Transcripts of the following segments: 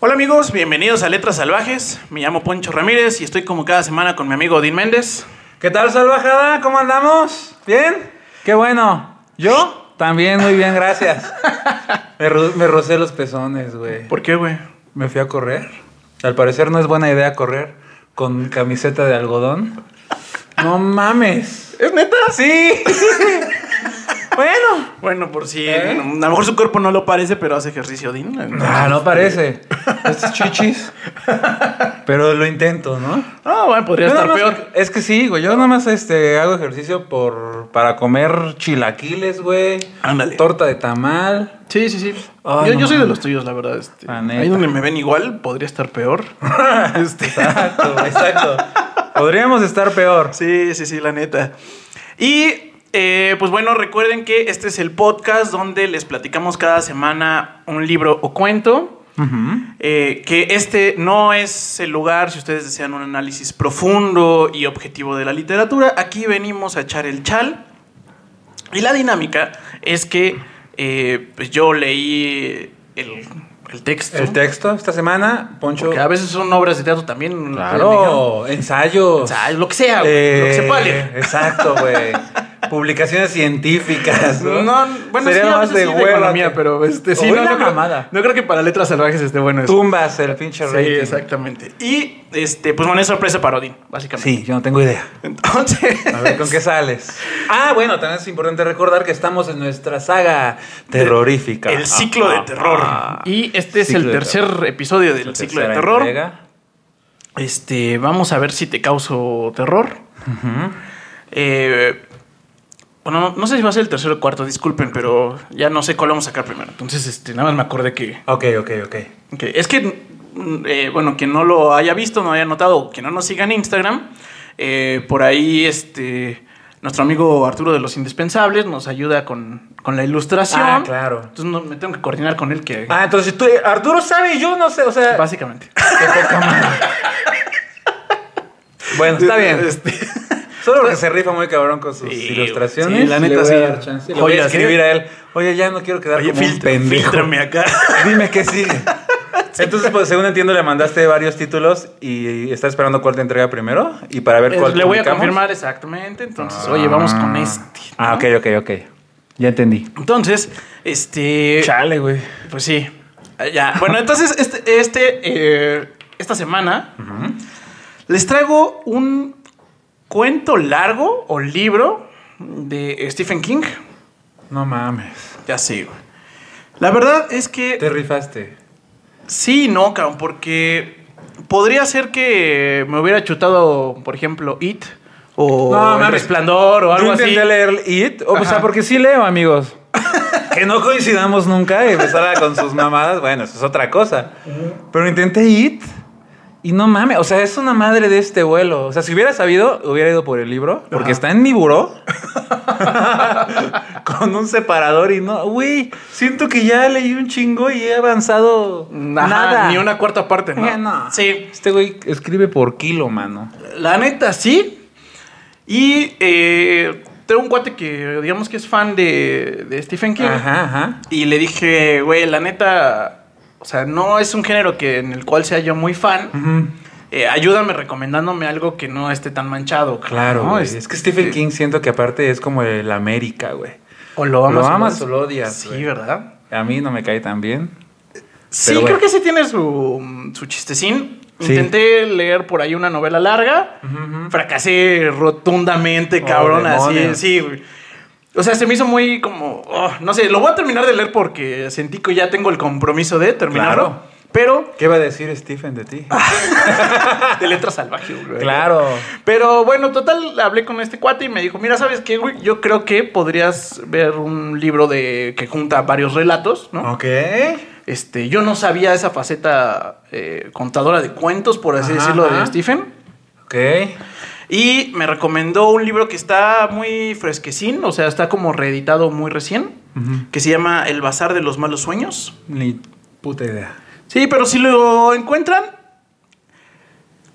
Hola amigos, bienvenidos a Letras Salvajes. Me llamo Poncho Ramírez y estoy como cada semana con mi amigo Odín Méndez. ¿Qué tal, salvajada? ¿Cómo andamos? ¿Bien? Qué bueno. ¿Yo? También, muy bien, gracias. Me, ro- me rocé los pezones, güey. ¿Por qué, güey? Me fui a correr. Al parecer no es buena idea correr con camiseta de algodón. No mames. ¿Es neta? Sí. Bueno. Bueno, por si... ¿Eh? bueno, a lo mejor su cuerpo no lo parece, pero hace ejercicio, Odín. Ah, no parece. Estos chichis. Pero lo intento, ¿no? Ah, bueno, podría Yo estar nada más- peor. Es que sí, güey. Yo nada más este, hago ejercicio por, para comer chilaquiles, güey. Ándale. Torta de tamal. Sí, sí, sí. Ah, yo, no yo soy de mames. los tuyos, la verdad. este. La neta. Ahí donde me ven igual, podría estar peor. este. Exacto, exacto. Podríamos estar peor. Sí, sí, sí, la neta. Y eh, pues bueno, recuerden que este es el podcast donde les platicamos cada semana un libro o cuento. Eh, que este no es el lugar si ustedes desean un análisis profundo y objetivo de la literatura. Aquí venimos a echar el chal. Y la dinámica es que eh, pues yo leí el, el texto. El texto esta semana, Poncho. Porque a veces son obras de teatro también. Claro, ensayos. Eh, O sea, lo que sea, güey, lo que se pueda leer. Exacto, güey. Publicaciones científicas. No, No, bueno, Sería sí, a más veces sí de de hueva. economía, pero este sí, Hoy no, la no, creo, mamada. no creo que para letras salvajes esté bueno eso. Tumbas el pinche Sí, rating. exactamente. Y este, pues bueno, es sorpresa para Odín, básicamente. Sí, yo no tengo idea. Entonces, A ver con qué sales. Ah, bueno, también es importante recordar que estamos en nuestra saga terrorífica. el ciclo de terror. Y este es Ciclo el de tercer episodio del ciclo de terror. Este, vamos a ver si te causo terror. Eh, bueno, no, no sé si va a ser el tercero o cuarto, disculpen, pero ya no sé cuál vamos a sacar primero. Entonces, este, nada más me acordé que Ok, ok, ok. Ok, Es que, mm, eh, bueno, quien no lo haya visto, no haya notado, o quien no nos siga en Instagram, eh, por ahí este, nuestro amigo Arturo de los Indispensables nos ayuda con, con la ilustración. Ah, claro. Entonces no, me tengo que coordinar con él, que Ah, entonces tú, Arturo sabe y yo no sé, o sea. básicamente. Qué poca madre. bueno, está bien. Este, Solo porque se rifa muy cabrón con sus Sí, ilustraciones. sí, la le neta, voy a sí. dar chance. Le voy a Joyas, escribir ¿eh? a él. Oye, ya no quiero quedar oye, como un fil- pendejo. fíltrame acá. Dime qué sigue. Entonces, pues según entiendo, le mandaste varios títulos y está esperando cuál te entrega primero y para ver cuál Eh, Le voy a publicamos. confirmar exactamente. Entonces, oye, vamos con este. ¿no? Ah, ok, ok, ok. Ya entendí. Entonces, este. Chale, güey. Pues sí. Ya. Bueno, entonces, este, este, eh, esta semana les traigo un cuento largo o libro de Stephen King. No mames. Ya sé, güey. La verdad es que Te rifaste. sí, y no, cabrón, porque podría ser que me hubiera chutado, por ejemplo, It o No, El mames. Resplandor o algo Yo así. intenté leer It, o, sea, Ajá. porque sí leo, amigos. que no coincidamos nunca y empezara con sus mamadas, bueno, eso es otra cosa. Pero intenté It y no mames, o sea, es una madre de este vuelo. O sea, si hubiera sabido, hubiera ido por el libro, porque Ajá. está en mi buró. con un separador y no, güey, siento que ya leí un chingo y he avanzado Ajá, nada. Ni una cuarta parte, ¿no? Eh, no. Sí. Este güey escribe por kilo, mano. La neta, sí. Y eh, tengo un cuate que digamos que es fan de, de Stephen King. Ajá, ajá. Y le dije, güey, la neta, o sea, no es un género que, en el cual sea yo muy fan. Ujú. Eh, ayúdame recomendándome algo que no esté tan manchado. Claro, ¿no? güey. Este, es que Stephen King siento que aparte es como el América, güey. O lo amas, Lo o amas o lo odias, Sí, güey. ¿verdad? A mí no me cae tan bien. Sí, bueno. creo que sí tiene su, su chistecín. Sí. Intenté leer por ahí una novela larga. Fracasé rotundamente, Oh, cabrón. así, demonios. sí, güey. O sea, se me hizo muy como. oh, no sé, lo voy a terminar de leer porque sentí que ya tengo el compromiso de terminarlo. Claro. Pero ¿Qué va a decir Stephen de ti? Ah, de letra salvaje, güey. claro. Pero bueno, total, hablé con este cuate y me dijo: Mira, ¿sabes qué, güey? Yo creo que podrías ver un libro de que junta varios relatos, ¿no? Ok. Este, yo no sabía esa faceta eh, contadora de cuentos, por así Ajá, decirlo, de ajá. Stephen. Ok. Y me recomendó un libro que está muy fresquecín, o sea, está como reeditado muy recién, Ujú. que se llama El Bazar de los Malos Sueños. Ni puta idea. Sí, pero si lo encuentran,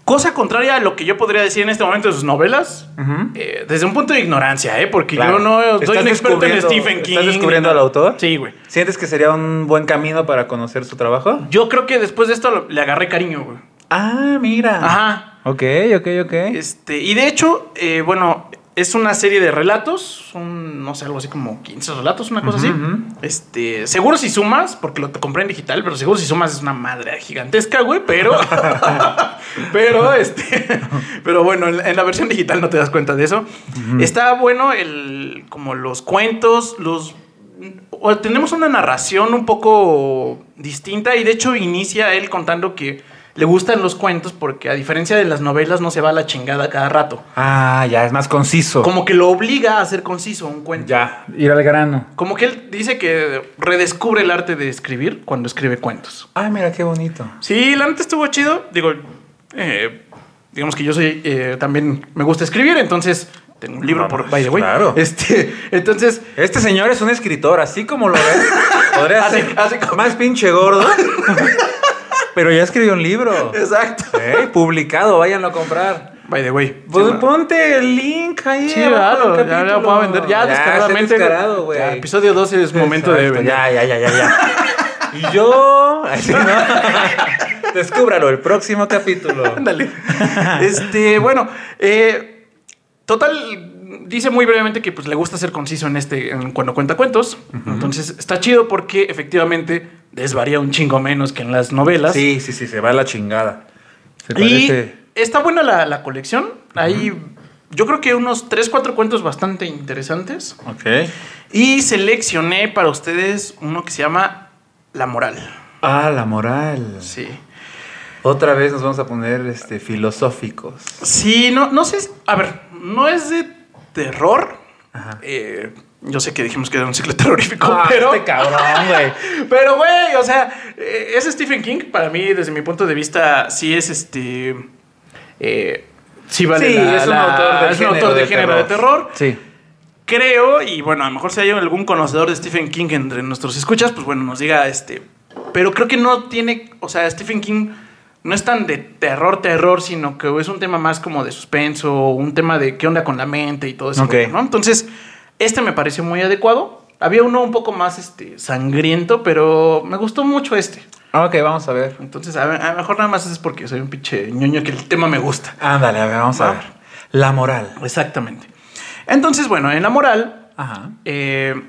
Cosa contraria a lo que yo podría decir en este momento de sus novelas, eh, desde un punto de ignorancia, ¿eh? Porque Claro. yo no soy Estás un experto en descubriendo- Stephen King. ¿Estás descubriendo ni al nada. autor? Sí, güey. ¿Sientes que sería un buen camino para conocer su trabajo? Yo creo que después de esto lo- le agarré cariño, güey. Ah, mira. Ajá. Ok, ok, ok. Este, y de hecho, eh, bueno, es una serie de relatos, son, no sé, algo así como 15 relatos, una cosa Ujú, así. ujú. Este, seguro si sumas, porque lo compré en digital, pero seguro si sumas es una madre gigantesca, güey, pero pero este, pero bueno, en, la- en la versión digital no te das cuenta de eso. Está bueno el como los cuentos, los o tenemos una narración un poco distinta y de hecho inicia él contando que le gustan los cuentos porque a diferencia de las novelas no se va a la chingada cada rato. Ah, ya, es más conciso. Como que lo obliga a ser conciso un cuento. Ya, ir al grano. Como que él dice que redescubre el arte de escribir cuando escribe cuentos. Ay, Ah, mira qué bonito. Sí, la neta estuvo chido. Digo, eh, digamos que yo soy eh, también me gusta escribir, entonces tengo un libro No, por no, by the way. claro. Este, entonces Este señor es un escritor, así como lo ves. Podría Así- ser así como- más pinche gordo. pero ya escribió un libro. exacto. Eh, publicado, váyanlo a comprar. By the way. Pues Sí, ponte el link ahí. Sí, abajo claro, del ya capítulo. lo puedo vender. Ya, sé descaradamente. descarado, güey. ya, episodio 12 es momento de Exacto, vender. Ya, ya, ya, ya, ya. y yo. Así, ¿no? Descúbralo, el próximo capítulo. Ándale. Este, bueno, eh, total, dice muy brevemente que pues, le gusta ser conciso en este, en cuando cuenta cuentos. Entonces, está chido porque efectivamente desvaría un chingo menos que en las novelas. Sí, sí, sí, se va a la chingada. Se y parece. está buena la, la colección. Hay, yo creo que unos 3, 4 cuentos bastante interesantes. Ok. Y seleccioné para ustedes uno que se llama La Moral. Ah, la moral. Sí. Otra vez nos vamos a poner este, filosóficos. Sí, no, no sé. si- A ver, no es de terror. Ajá. Eh, yo sé que dijimos que era un ciclo terrorífico, Ah, pero. este cabrón, güey. Pero, güey, o sea, eh, es Stephen King. Para mí, desde mi punto de vista, sí es este. eh, sí, vale. sí, la- es un la- autor es del un género, autor de, del género de terror. Sí. Creo, y bueno, a lo mejor si hay algún conocedor de Stephen King entre nuestros escuchas, pues bueno, nos diga este. Pero creo que no tiene. O sea, Stephen King no es tan de terror, terror, sino que es un tema más como de suspenso, un tema de qué onda con la mente y todo eso. Ok. ¿no? Entonces, este me pareció muy adecuado. Había uno un poco más este, sangriento, pero me gustó mucho este. Ah, Ok, vamos a ver. Entonces, a, a lo mejor nada más es porque soy un pinche ñoño que el tema me gusta. Ándale, a ver, vamos a Va. ver. La moral. Exactamente. Entonces, bueno, en la moral, Ajá. Eh,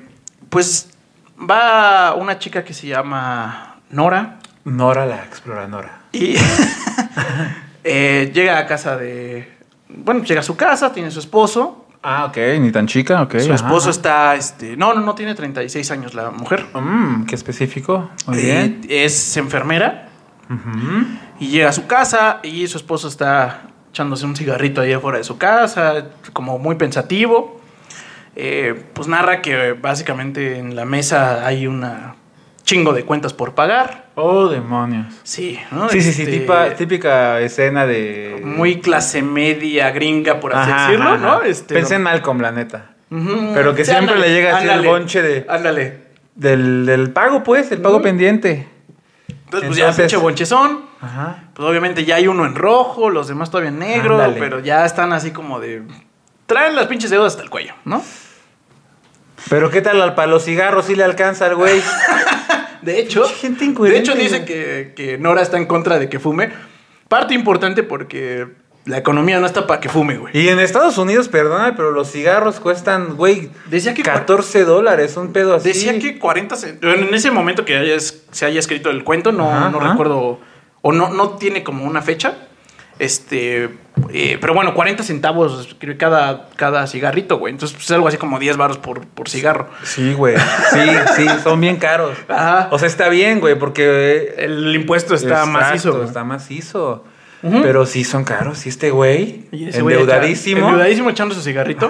pues va una chica que se llama Nora Nora la exploradora. y eh, llega a casa de... Bueno, llega a su casa, tiene su esposo. Ah, ok, ni tan chica, ok. su esposo es. está... Este, no, no, no, tiene 36 años la mujer. Mmm, qué específico. Muy Eh, bien. es enfermera Ujú. y llega a su casa y su esposo está echándose un cigarrito ahí afuera de su casa, como muy pensativo. Eh, pues narra que básicamente en la mesa hay una chingo de cuentas por pagar. Oh, demonios. Sí, ¿no? Sí, sí, sí, Este, tipa- típica escena de. Muy clase media gringa, por así Ajá, decirlo, ajá, ¿no? Este, ajá. Pensé en Malcolm, la neta. Ujú. Este, pero que siempre le llega así el ándale, bonche de- Ándale. Del, del pago, pues, el pago Ujú. pendiente. Entonces, pues ya Entonces- pinche bonchezón. Ajá. Pues obviamente ya hay uno en rojo, los demás todavía en negro, Ándale. pero ya están así como de. Traen las pinches deudas hasta el cuello, ¿no? Pero qué tal al- para los cigarros sí le alcanza al güey. De hecho, Pinche gente de incoherente, hecho dice güey. que, que Nora está en contra de que fume. Parte importante porque la economía no está para que fume, güey. Y en Estados Unidos, perdona, pero los cigarros cuestan, güey, Decía que 14 dólares, un pedo así. Decía que 40 centavos. En ese momento que haya- se haya escrito el cuento, no, Ajá, no ajá. recuerdo. O no, no tiene como una fecha. Este. eh, pero bueno, 40 centavos creo, cada, cada cigarrito, güey. Entonces, pues, es algo así como 10 varos por, por cigarro. Sí, güey. Sí, sí, son bien caros. Ajá. O sea, está bien, güey, porque... eh, El impuesto está exacto, macizo. güey. Está macizo. Ujú. Pero sí son caros. Y este güey, Y ese güey echa- endeudadísimo. Endeudadísimo echando su cigarrito.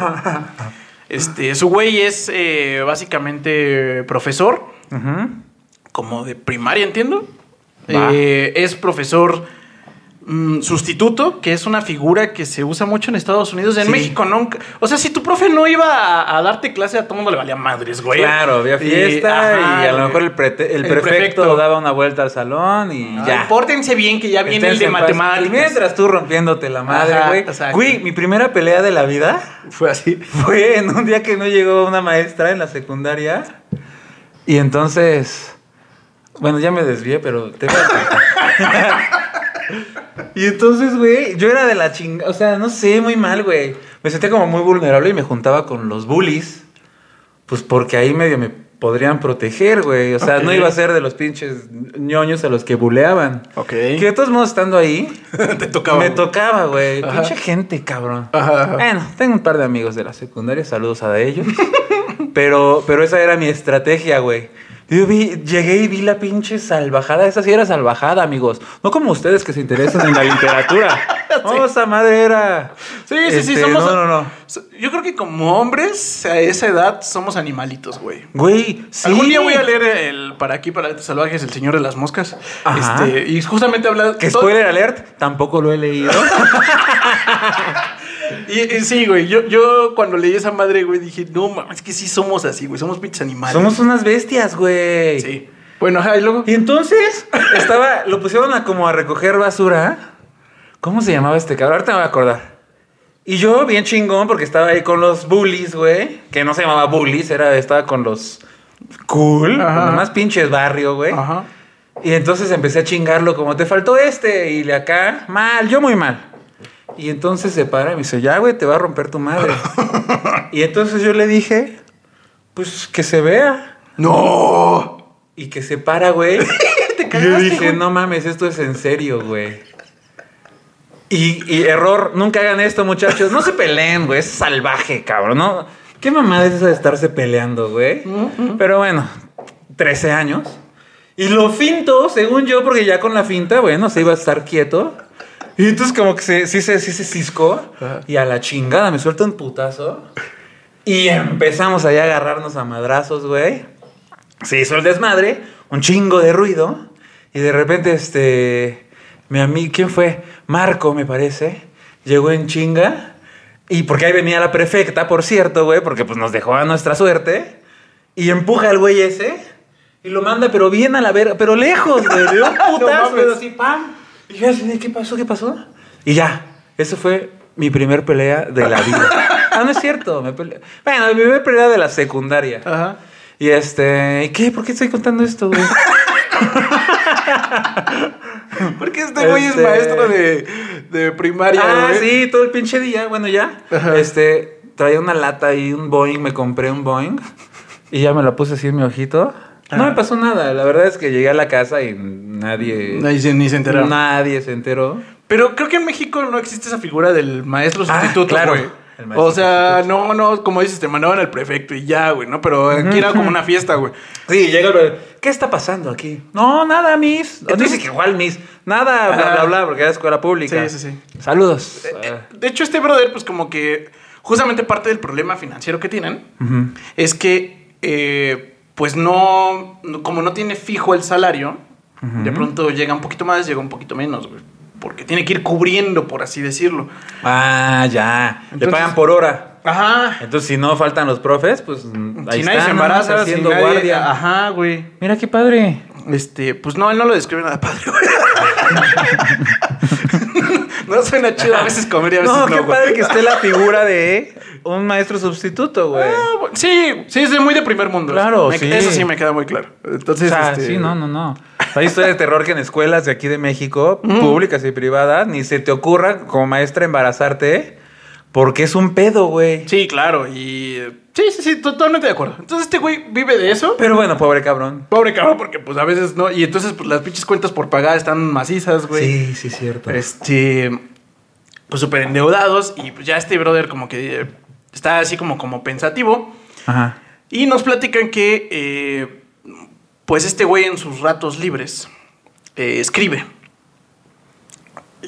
este, su güey es eh, básicamente profesor. Ujú. como de primaria, entiendo. Va. Eh, es profesor mm, sustituto, que es una figura que se usa mucho en Estados Unidos. En Sí. México nunca. O sea, si tu profe no iba a, a darte clase, a todo el mundo le valía madres, güey. Claro, había fiesta y, ajá, a lo mejor el, prete- el prefecto, prefecto. daba una vuelta al salón y Ay, ya. Pórtense bien que ya viene el Esténse de en paz. Y matemáticas. mientras tú rompiéndote la madre, Ajá, güey. exacto. Güey, mi primera pelea de la vida Fue así. fue en un día que no llegó una maestra en la secundaria. Y entonces. Bueno, ya me desvié, pero te voy a contar. Y entonces, güey, yo era de la chinga. O sea, no sé, muy mal, güey. Me sentía como muy vulnerable y me juntaba con los bullies. Pues porque ahí medio me podrían proteger, güey. O sea, no Ok. iba a ser de los pinches ñoños a los que buleaban. Ok. Que de todos modos, estando ahí, Te tocaba. me tocaba, güey. Ajá. Pinche gente, cabrón. Ajá, ajá. Bueno, tengo un par de amigos de la secundaria, saludos a ellos. pero, pero esa era mi estrategia, güey. Yo vi- llegué y vi la pinche salvajada. Esa sí era salvajada, amigos. No como ustedes que se interesan en la literatura. No, esa madre era. Sí, sí, sí, Este, somos. No, no, no. So- Yo creo que como hombres a esa edad somos animalitos, güey. Güey, sí. Algún día voy a leer el Para aquí, para los salvajes, El Señor de las Moscas. Ajá. Este, y justamente habla. Que todo- spoiler alert, tampoco lo he leído. Y, y sí, güey. Yo, yo cuando leí esa madre, güey, dije, no mames, es que sí somos así, güey. Somos pinches animales. Somos unas bestias, güey. Sí. Bueno, ajá, y luego. Y entonces estaba, lo pusieron a como a recoger basura. ¿Cómo se llamaba este cabrón? Ahorita me voy a acordar. Y yo, bien chingón, porque estaba ahí con los bullies, güey. Que no se llamaba bullies, era, estaba con los cool, Ajá. con los más pinches barrio, güey. Ajá. Y entonces empecé a chingarlo, como te faltó este, y de acá, mal, yo muy mal. Y entonces se para y me dice, ya, güey, te va a romper tu madre. y entonces yo le dije, pues que se vea. ¡No! Y que se para, güey. Te Y Yo cagaste, dije, güey. no mames, esto es en serio, güey. Y, y error, nunca hagan esto, muchachos. No se peleen, güey. Es salvaje, cabrón. ¿no? ¿Qué mamada es esa de estarse peleando, güey? Pero bueno, 13 años. Y lo finto, según yo, porque ya con la finta, bueno, se iba a estar quieto. Y entonces como que se, sí, se, sí se ciscó. Ajá. Y a la chingada me suelta un putazo. Y empezamos allá a agarrarnos a madrazos, güey. Se hizo el desmadre, un chingo de ruido. Y de repente, este. Mi amigo, ¿quién fue? Marco, me parece. Llegó en chinga. Y porque ahí venía la prefecta, por cierto, güey, porque pues nos dejó a nuestra suerte. Y empuja al güey ese. Y lo manda, pero bien a la verga, pero lejos, güey. De un No putazo, mames. pero así, pam. Y yo así, de, ¿qué pasó? ¿Qué pasó? Y ya, eso fue mi primer pelea de la vida. ah, no es cierto. Me pele- Bueno, mi primer pelea de la secundaria. Ajá. Y este, ¿y ¿qué? ¿Por qué estoy contando esto, güey? Porque este güey Este- es maestro de, de primaria, ah, güey. sí, todo el pinche día, bueno, ya. Ajá. Este, traía una lata y un Boeing, me compré un Boeing y ya me la puse así en mi ojito. No Ajá. me pasó nada, la verdad es que llegué a la casa y nadie Ahí se- ni se enteraron. Nadie se enteró. Pero creo que en México no existe esa figura del maestro Ah, sustituto, claro, güey. el maestro O sea, no, no, como dices, te mandaban al prefecto y ya, güey, ¿no? Pero aquí era como una fiesta, güey. Sí, llega el- ¿Qué está pasando aquí? No, nada, Miss. Entonces, Entonces- dice que igual, Miss. Nada, bla, Ah. bla, bla, porque era escuela pública. Sí, sí, sí. Saludos. Eh, De hecho, este brother, pues como que justamente parte del problema financiero que tienen Ah, ujú. es que, eh, pues no, no- como no tiene fijo el salario, de pronto llega un poquito más, llega un poquito menos, güey. Porque tiene que ir cubriendo, por así decirlo. Ah, ya. Le Entonces- pagan por hora. Ajá. Entonces, si no faltan los profes, pues mm, ahí si nadie están, se embaraza, nomás si haciendo nadie- Ah. guardia. Ajá, güey. Mira qué padre. Este, pues no, él no lo describe nada padre, güey. no suena chido a veces comer y a veces no. No, qué güey. padre que esté la figura de un maestro sustituto, güey. Ah, bueno, Sí, sí, es de muy de primer mundo. Claro, Me- sí. Eso sí me queda muy claro. Entonces, o sea, este, sí, no, no, no. Hay historias de terror que en escuelas de aquí de México, públicas y privadas, ni se te ocurra como maestra embarazarte, porque es un pedo, güey. Sí, claro. Y. eh, Sí, sí, sí, totalmente de acuerdo. Entonces, este güey vive de eso. Pero bueno, pobre cabrón. Pobre cabrón, porque pues a veces no. Y entonces, pues las pinches cuentas por pagar están macizas, güey. Sí, sí, cierto. Este. Pues súper endeudados. Y pues ya este brother, como que eh, está así como, como pensativo. Ajá. Y nos platican que, eh, pues este güey en sus ratos libres eh, escribe.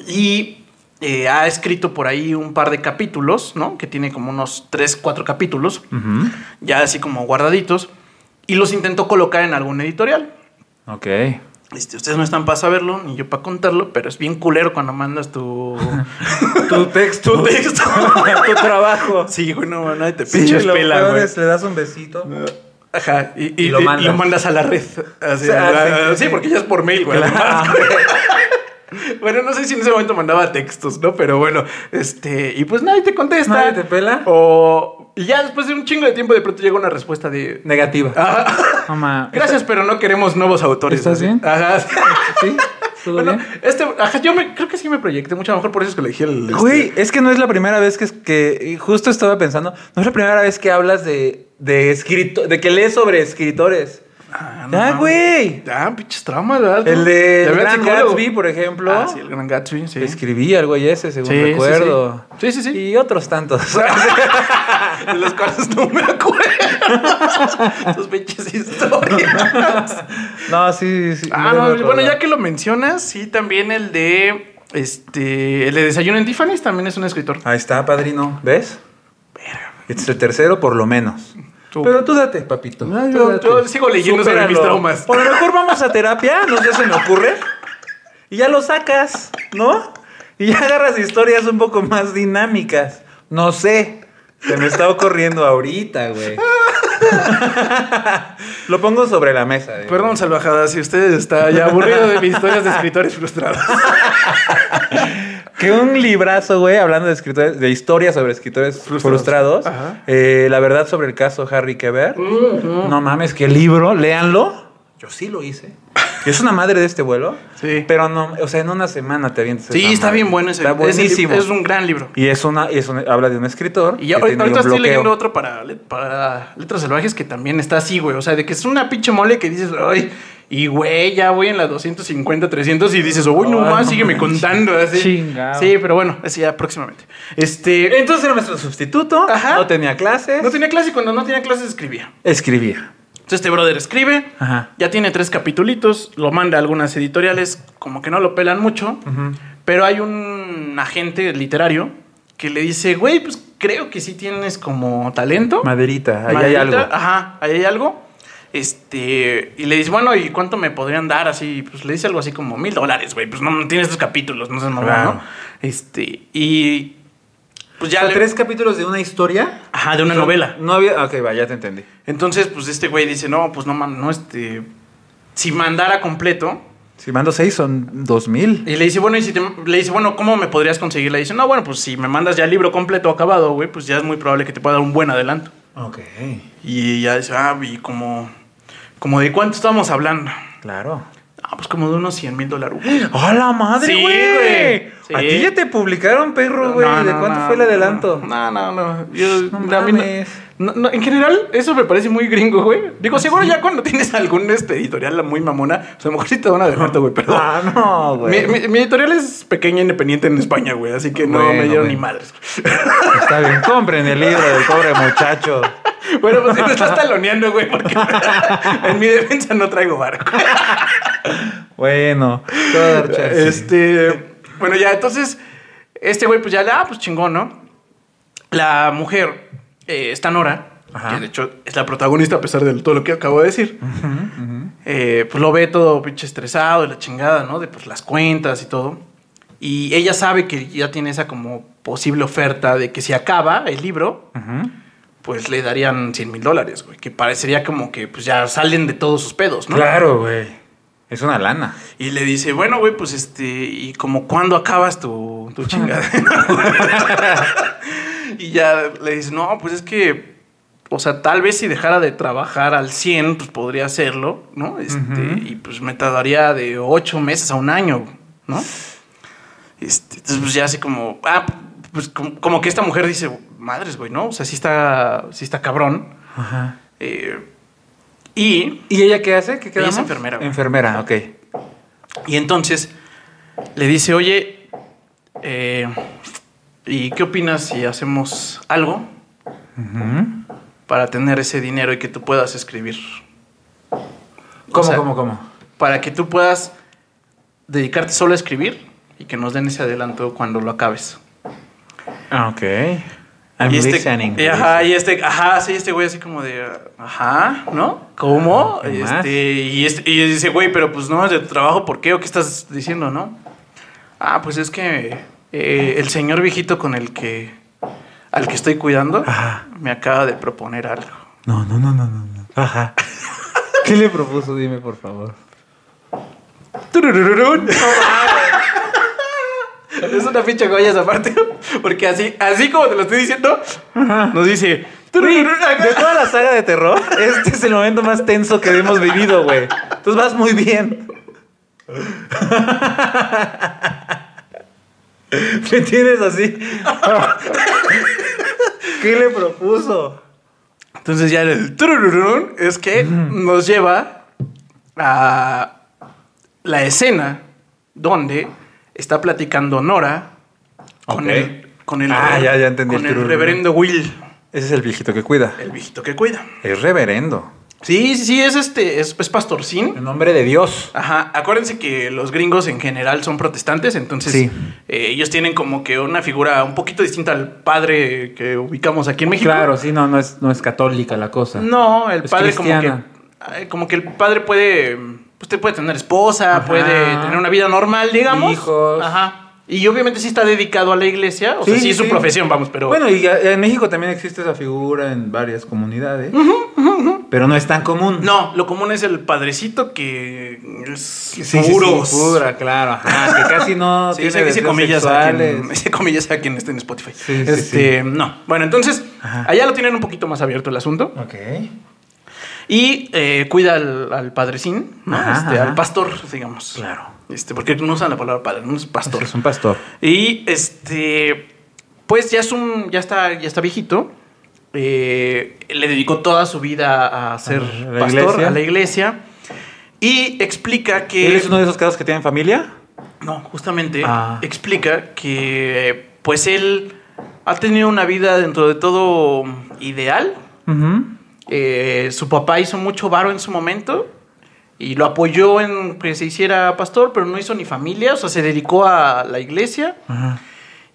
Y eh, ha escrito por ahí un par de capítulos, ¿no? Que tiene como unos 3, 4 capítulos, Ujú. ya así como guardaditos. Y los intentó colocar en algún editorial. Ok. Este, ustedes no están para saberlo, ni yo para contarlo, pero es bien culero cuando mandas tu, Tu texto. tu texto. tu trabajo. sí, güey, no, nadie te Sí, pinches lo pela, peor güey. es, le das un besito. Ajá, y, y- Y lo y- y mandas. lo mandas a la red. Así, Sí, a la- ah, sí, sí, sí, sí. porque ya es por mail, güey. Claro. Bueno, no sé si en ese momento mandaba textos, ¿no? Pero bueno, este, y pues nadie te contesta. Nadie te pela. O y ya después de un chingo de tiempo de pronto llega una respuesta de Negativa. "Ah, No ma- gracias, pero no queremos nuevos autores. ¿Estás Así. bien? Ajá. ¿Sí? ¿Todo Bueno, bien? este, ajá, yo me, creo que sí me proyecté mucho, a lo mejor por eso es que le dije el. este, Güey, es que no es la primera vez que, que justo estaba pensando, no es la primera vez que hablas de, de escrito, de que lees sobre escritores. Ah, Ya, mames. güey. Ya, pinches traumas, ¿verdad? El de Ya El ve al Gran psicólogo. Gatsby, por ejemplo. Ah, sí, el gran Gatsby, sí. Escribí al güey ese, según Sí, sí, recuerdo. sí. Sí, Ah, sí, sí. Y otros tantos. de los cuales no me acuerdo. Sus pinches historias. no, sí, sí. Ah, no me no, acuerdo. bueno, ya que lo mencionas, sí, también el de. Este, el de Desayuno en Tiffany's también es un escritor. Ahí está, padrino. ¿Ves? Es el tercero, por lo menos. Tú. Pero tú date, papito. No, Tú yo- date. yo sigo leyendo sobre Supéralo. mis traumas. O a lo mejor vamos a terapia, no sé, se me ocurre. Y ya lo sacas, ¿no? Y ya agarras historias un poco más dinámicas. No sé. Se me está ocurriendo ahorita, güey. lo pongo sobre la mesa. digo. Perdón, salvajada, si usted está ya aburrido de mis historias de escritores frustrados. Que un librazo, güey, hablando de escritores, de historias sobre escritores Frustrados. frustrados. Ajá. Mm. eh, la verdad sobre el caso Harry Keber. No mames, qué libro, léanlo. Yo sí lo hice. Es una madre de este vuelo. Sí. Pero no, o sea, en una semana te avientas. Sí, esa está madre. bien bueno ese Está ese libro. buenísimo. Es un gran libro. Y es una, y es una- habla de un escritor. Y ya, que tenía ahorita un ahorita estoy bloqueo. leyendo otro para, le- para Letras Salvajes que también está así, güey. O sea, de que es una pinche mole que dices, ay, y güey, ya voy en la 250, 300 y dices, uy, no Ay, más, no sígueme manches. contando. Así. Chingado. Sí, pero bueno, así ya próximamente. Este. Entonces era nuestro sustituto. Ajá. No tenía clases. No tenía clase y cuando no tenía clases escribía. Escribía. Entonces este brother escribe, Ajá. ya tiene tres capitulitos, lo manda a algunas editoriales, como que no lo pelan mucho, pero hay un agente literario que le dice, güey, pues creo que sí tienes como talento. Maderita, ahí hay Maldita, algo. Ajá, ahí hay algo. Este, y le dice, bueno, ¿y cuánto me podrían dar? Así, pues le dice algo así como mil dólares, güey. Pues no, no tienes tus capítulos, no seas mamón, Claro. ¿no? Este, y pues ya O sea, le- tres capítulos de una historia. Ajá, de una novela. No había. Ok, va, ya te entendí. Entonces, pues este güey dice, no, pues no, man, no, este, si mandara completo. Si mando seis son dos mil. Y le dice, bueno, y si te- le dice, bueno, ¿cómo me podrías conseguir? Le dice, no, bueno, pues si me mandas ya el libro completo acabado, güey, pues ya es muy probable que te pueda dar un buen adelanto. Ok, Y ya dice, ah, y como, como de cuánto estamos hablando. claro. Ah, pues como de unos 100 mil dólares. ¡A la madre, Sí, güey! güey. Sí. A ti ya te publicaron, perro, güey. No, ¿De no, cuánto no, fue el no, adelanto? No, no, no. Yo, No a mí no- mames. ¿Ah, no- no, en general, eso me parece muy gringo, güey. Digo, seguro ya cuando tienes algún este, editorial muy mamona, pues a lo mejor sí te dan un adelanto, güey, perdón. Ah, no, Mi, güey. mi- mi editorial es pequeña e independiente en España, güey, así que no Bueno, me dieron bueno. ni madres. Está bien, compren el libro del pobre muchacho. Bueno, pues si me estás taloneando, güey, porque en mi defensa no traigo barco. Bueno, te voy a dar chance. Este, bueno, ya, entonces, este güey, pues ya, le- ah, pues chingón, ¿no? La mujer, eh, esta Nora, Ajá. que de hecho es la protagonista a pesar de todo lo que acabo de decir, eh, pues lo ve todo pinche estresado y la chingada, ¿no? De pues las cuentas y todo. Y ella sabe que ya tiene esa como posible oferta de que si acaba el libro, Ujú. pues le darían 100 mil dólares, güey. Que parecería como que pues ya salen de todos sus pedos, ¿no? Claro, güey. Es una lana. Y le dice, bueno, güey, pues este, ¿y como cuándo acabas tu, tu chingadera? y ya le dice, no, pues es que, o sea, tal vez si dejara de trabajar al 100, pues podría hacerlo, ¿no? Este, Ujú. Y pues me tardaría de 8 meses a un año, ¿no? Este, entonces, pues ya así como, ah, pues como, como que esta mujer dice, madres, güey, ¿no? O sea, sí está, sí está cabrón. Ajá. Eh, y ¿Y ella qué hace? ¿Qué Ella es quedamos? enfermera, güey. Enfermera, ok. Y entonces le dice, oye, eh, ¿y qué opinas si hacemos algo Ujú. para tener ese dinero y que tú puedas escribir? ¿Cómo, sea- cómo, cómo? Para que tú puedas dedicarte solo a escribir y que nos den ese adelanto cuando lo acabes. Ah, ok. I'm y este, listening. y ajá, y este, ajá, sí, este güey así como de, ajá, ¿no? ¿Cómo? ¿qué Y más? este, y este, y dice, güey, pero pues no, es de tu trabajo, ¿por qué? ¿O qué estás diciendo, no? Ah, pues es que eh, el señor viejito con el que, al que estoy cuidando, Ajá. me acaba de proponer algo. No, no, no, no, no. no. Ajá. ¿Qué le propuso? Dime, por favor. Tururururún. Es una pinche joya esa parte, porque así, así como te lo estoy diciendo, nos dice... Güey, tururururún. de toda la saga de terror, este es el momento más tenso que hemos vivido, güey. Entonces vas muy bien. ¿Me tienes así? ¿Qué le propuso? Entonces ya el turururún es que nos lleva a la escena donde está platicando Nora con Ok. el con el, Ah, ya, ya entendí con el el turururún. reverendo Will, Ese es el viejito que cuida. el viejito que cuida. Es reverendo. Sí, sí, sí, es este, es, es pastorcín. En nombre de Dios. Ajá, acuérdense que los gringos en general son protestantes, entonces Sí. eh, ellos tienen como que una figura un poquito distinta al padre que ubicamos aquí en México. Claro, sí, no, no es, no es católica la cosa. No, el Es padre como que, cristiana. ay, como que el padre puede, pues, te puede tener esposa, Ajá. puede tener una vida normal, digamos. Hijos. Ajá. Y obviamente sí está dedicado a la iglesia, o sea, sí es su profesión, vamos, pero Bueno, y a- en México también existe esa figura en varias comunidades. Pero no es tan común. no, lo común es el padrecito que es Sí, sí, puros. sí, pura, claro. Ajá, que casi no Sí, tiene ese- ese deseos comillas, a sexuales. quien, ese comillas a quien esté en Spotify. Sí, sí, este, no. Bueno, entonces, Ajá. allá lo tienen un poquito más abierto el asunto. Ok. Y eh, cuida al, al padrecín, ¿no? Ajá, Este, ajá. al pastor, digamos. Claro. Este, porque no usan la palabra padre, no es pastor. Es un pastor. Y este, pues ya es un, ya está, ya está viejito. Eh, le dedicó toda su vida a ser A la pastor iglesia. a la iglesia. Y explica que. ¿Él es uno de esos casos que tienen familia? No, justamente Ah. explica que pues él ha tenido una vida dentro de todo ideal. Eh, su papá hizo mucho varo en su momento y lo apoyó en que se hiciera pastor, pero no hizo ni familia, o sea, se dedicó a la iglesia. Ajá.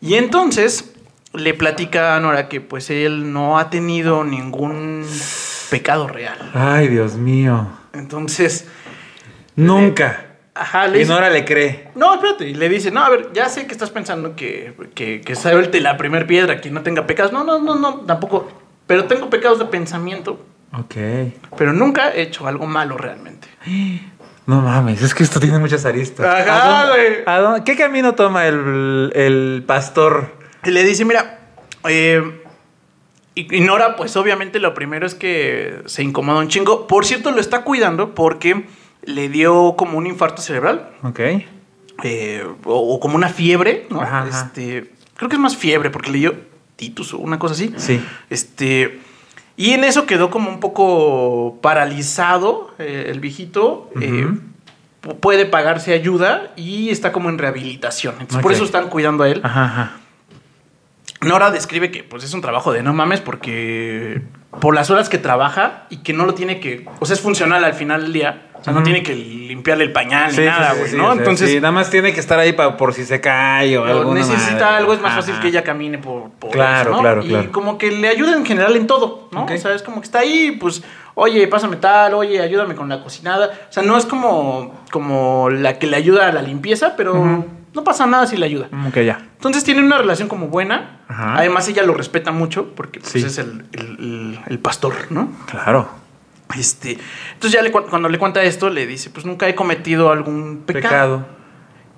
Y entonces le platica a Nora que pues él no ha tenido ningún pecado real. Ay, Dios mío. Entonces, Nunca. ajá, le Y dice- Nora le cree. No, espérate, y le dice, no, a ver, ya sé que estás pensando que, que, que salte la primera piedra, que no tenga pecados. No, no, no, no, tampoco. Pero tengo pecados de pensamiento, Ok. pero nunca he hecho algo malo realmente. No mames, es que esto tiene muchas aristas. Ajá, ¿A dónde- güey. a dónde- ¿Qué camino toma el, el pastor? Y le dice, mira, eh, y, y Nora, pues obviamente lo primero es que se incomoda un chingo. Por cierto, lo está cuidando porque le dio como un infarto cerebral Ok. eh, o, o como una fiebre, ¿no? Ajá, ajá. Este, creo que es más fiebre porque le dio titus o una cosa así. Sí. Este, y en eso quedó como un poco paralizado eh, el viejito. eh, Ujú. pu- puede pagarse ayuda y está como en rehabilitación. Entonces, por Ok. eso están cuidando a él. Ajá, ajá. Nora describe que pues es un trabajo de no mames porque por las horas que trabaja y que no lo tiene que, o sea, es funcional al final del día, o sea, no Ujú. tiene que limpiarle el pañal Ah, ni nada, güey, ¿no? o sea, Entonces sí, nada más tiene que estar ahí para por si se cae o pero algo. necesita algo, es más fácil que ella camine por, por Claro, eso, ¿no? claro, y claro. como que le ayuda en general en todo, ¿no? Ok. O sea, es como que está ahí, pues, oye, pásame tal, oye, ayúdame con la cocinada. O sea, no es como, como la que le ayuda a la limpieza, pero Ujú. no pasa nada si le ayuda. Ok, ya. Entonces tienen una relación como buena. Ajá. Además, ella lo respeta mucho porque pues, Sí. es el, el- el- el pastor, ¿no? Claro. Este, entonces ya le cu- cuando le cuenta esto, le dice, pues nunca he cometido algún pecado. Pecado.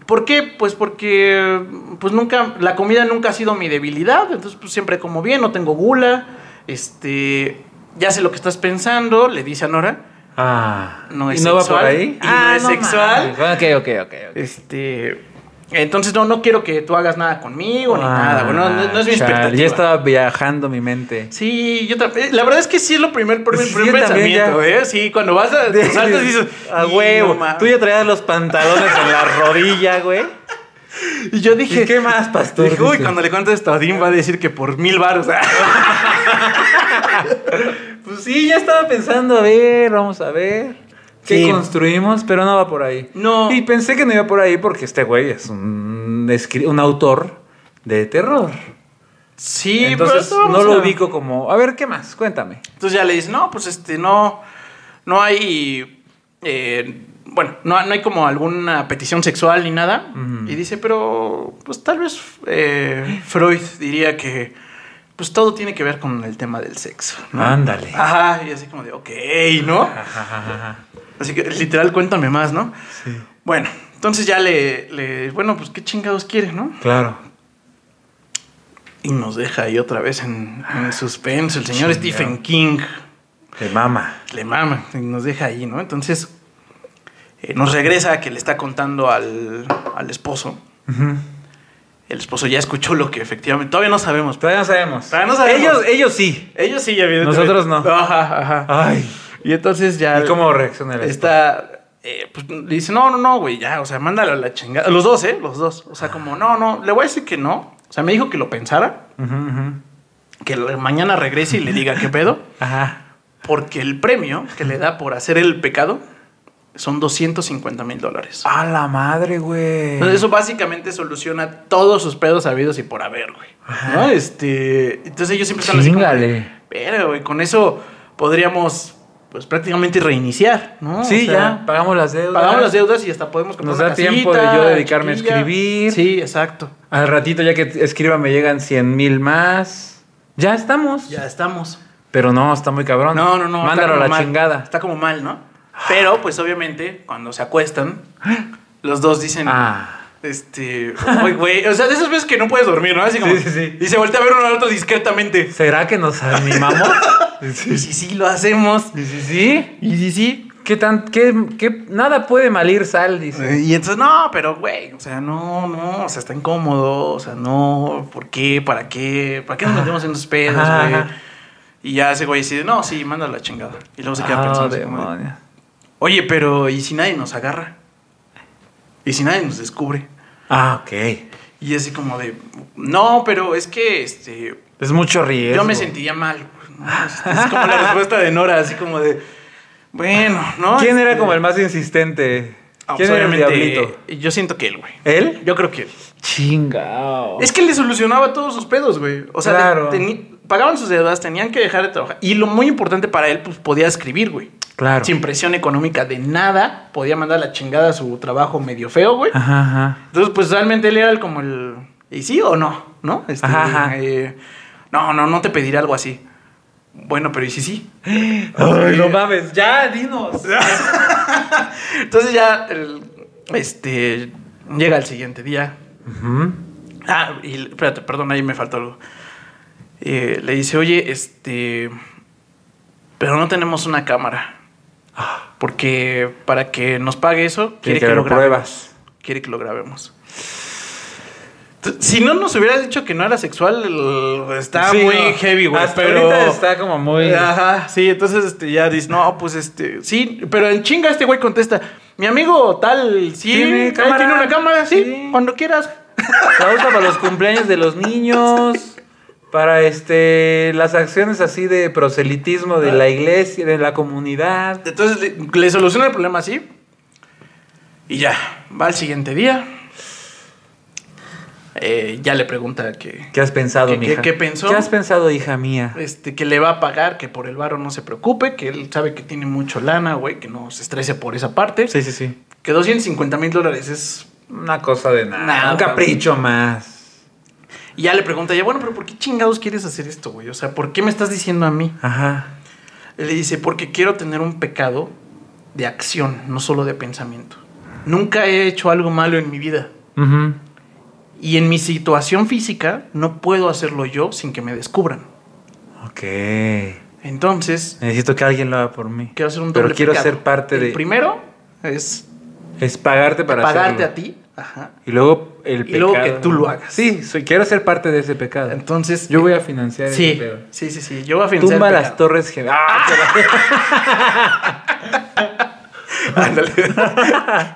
¿Por qué? Pues porque pues nunca la comida nunca ha sido mi debilidad, entonces pues siempre como bien, no tengo gula, este, ya sé lo que estás pensando, le dice a Nora. Ah. No es ¿Y Ah, no sexual. va por ahí? Y Ah, no es sexual. mames. Ok, ok, ok. ok. Este, entonces no no quiero que tú hagas nada conmigo ni Ah, nada, bueno, no, no es mi chale, expectativa. Ya estaba viajando mi mente. Sí, yo tam- eh, La verdad es que sí es lo primer, primer, Sí, primer yo también pensamiento, ya. ¿eh? Sí, cuando vas a te saltas dices. a "Y, huevo. no mames". Tú ya traías los pantalones en la rodilla, güey. Y yo dije. ¿Y qué más, pastor? Dije, uy, Dice. cuando le cuentes esto a Odín va a decir que por mil baros. ah. Pues sí, ya estaba pensando, a ver, vamos a ver. ¿Qué Sí. construimos? Pero no va por ahí. No. Y pensé que no iba por ahí porque este güey es un, escri- un autor de terror. Sí, Entonces pero no lo pues, a- ubico como. A ver, ¿qué más? Cuéntame. Entonces ya le dices, no, pues este, no, no hay, eh, bueno, no, no hay como alguna petición sexual ni nada. Y dice, pero, pues tal vez eh, Freud diría que, pues todo tiene que ver con el tema del sexo. ¿no? Ándale. Ajá, y así como de, ok, ¿no? Así que literal, cuéntame más, ¿no? Sí. Bueno, entonces ya le, le bueno, pues qué chingados quiere, ¿no? Claro. Y nos deja ahí otra vez en, en suspenso el señor Chingado. Stephen King. De mama. le mama, y nos deja ahí, ¿no? Entonces eh, nos regresa a que le está contando al, al esposo. El esposo ya escuchó lo que efectivamente. Todavía no sabemos. pero- Todavía no sabemos. Todavía no sabemos. Ellos, ellos sí. Ellos sí, evidentemente. Nosotros no. Ajá, ajá. Ay. Y entonces ya. ¿Y cómo reacciona el Está. eh, pues, le dice, no, no, no, güey, ya, o sea, mándalo a la chingada. Los dos, ¿eh? Los dos. O sea, como, no, no, le voy a decir que no. O sea, me dijo que lo pensara, esposo? Ujú, ujú. que lo- mañana regrese y le diga qué pedo. Ajá. Porque el premio que le da por hacer el pecado son 250 mil dólares. A la madre, güey. Entonces, eso básicamente soluciona todos sus pedos habidos y por haber, güey. ¿No? Este, entonces ellos siempre están así como de, Chíngale. Pero, güey, con eso podríamos pues prácticamente reiniciar, ¿no? sí, O sea, ya. Pagamos las deudas. Pagamos las deudas y hasta podemos comprar Nos una da tiempo casita, de yo dedicarme a chiquilla. escribir. Sí, exacto. Al ratito, ya que escriba, me llegan 100 mil más. Ya estamos. Ya estamos. Pero no, está muy cabrón. No, no, no. está Mándalo a como la mal. chingada. Está como mal, ¿no? Pero, pues obviamente, cuando se acuestan, los dos dicen. Ah. Este. "Uy, güey. O sea, de esas veces que no puedes dormir, ¿no? Así como. Sí, sí, sí. Y se voltea a ver uno al otro discretamente. ¿Será que nos animamos? Y sí, sí, lo hacemos. Sí, sí, sí. Y sí, sí. ¿Qué tan, qué, qué- nada puede mal ir sal, dice. Y entonces, no, pero güey, o sea, no, no, o sea, está incómodo, o sea, no, ¿por qué? ¿Para qué? ¿Para qué nos metemos en los pedos, Ajá, güey? ajá. Y ya ese güey dice, no, sí, mándalo a la chingada. Y luego se queda Ah, pensando. así como de, demonios. Oye, pero ¿y si nadie nos agarra? ¿Y si nadie nos descubre? Ah, ok. Y así como de, no, pero es que este, Es mucho riesgo. yo me sentiría mal. pues, ¿no? Es como la respuesta de Nora, así como de, bueno, ¿no? ¿Quién era Este, como el más insistente? ah, pues, ¿Quién era el obviamente, diablito? Yo siento que él, güey. ¿Él? Yo creo que él. Chingao. Es que le solucionaba todos sus pedos, güey. O sea, Claro. te- teni- pagaban sus deudas, tenían que dejar de trabajar. Y lo muy importante para él, pues podía escribir, güey. Claro. Sin presión económica de nada, podía mandar la chingada a su trabajo medio feo, güey. Ajá, ajá. Entonces, pues realmente él era el como el. ¿Y sí o no? ¿No? Este, Ajá, ajá. eh, no, no, no te pediré algo así. Bueno, pero ¿y si sí? Ay, no mames. Ya, dinos. Entonces ya el- este, llega el siguiente día. Ujú. Ah, y espérate, perdón, ahí me faltó algo. Eh, le dice, oye, este. Pero no tenemos una cámara. Porque para que nos pague eso, quiere Tiene que, que lo haber grabemos. pruebas. Quiere que lo grabemos. T- Si no nos hubiera dicho que no era sexual, el- está Sí, muy no. heavy, güey. Hasta pero Ah. ahorita está como muy. Ajá, sí, entonces este, ya dice, no, pues este, sí, pero en chinga este güey contesta, mi amigo tal, sí, Tiene él cámara. tiene una cámara, sí, Sí. cuando quieras. La usa para los cumpleaños de los niños. Para este las acciones así de proselitismo Ah. de la iglesia, de la comunidad. Entonces le, le soluciona el problema así. Y ya, va al siguiente día. Eh, ya le pregunta que, ¿Qué has pensado, ¿Qué- qué- mija? qué pensó? ¿Qué has pensado, hija mía? este, que le va a pagar, que por el varo no se preocupe, que él sabe que tiene mucho lana, güey, que no se estrese por esa parte. Sí, sí, sí. Que 250 mil dólares es... Una cosa de nada. Nada. Un capricho más. Y ya le pregunta, ya, bueno, pero ¿por qué chingados quieres hacer esto, güey? O sea, ¿por qué me estás diciendo a mí? Ajá. Él le dice, porque quiero tener un pecado de acción, no solo de pensamiento. Nunca he hecho algo malo en mi vida. Ujú. Y en mi situación física no puedo hacerlo yo sin que me descubran. Ok. Entonces, Necesito que alguien lo haga por mí. quiero hacer un doble Pero quiero pecado. ser parte El de. primero es Es pagarte para pagarte hacerlo. a ti. Ajá. Y luego el Y luego pecado. que tú lo hagas. Sí, soy- quiero ser parte de ese pecado. Entonces, Yo voy a financiar ese sí, pedo. sí, sí, sí. Yo voy a financiar. Tumba el las pecado. torres gemelas. ¡Ah! Ándale.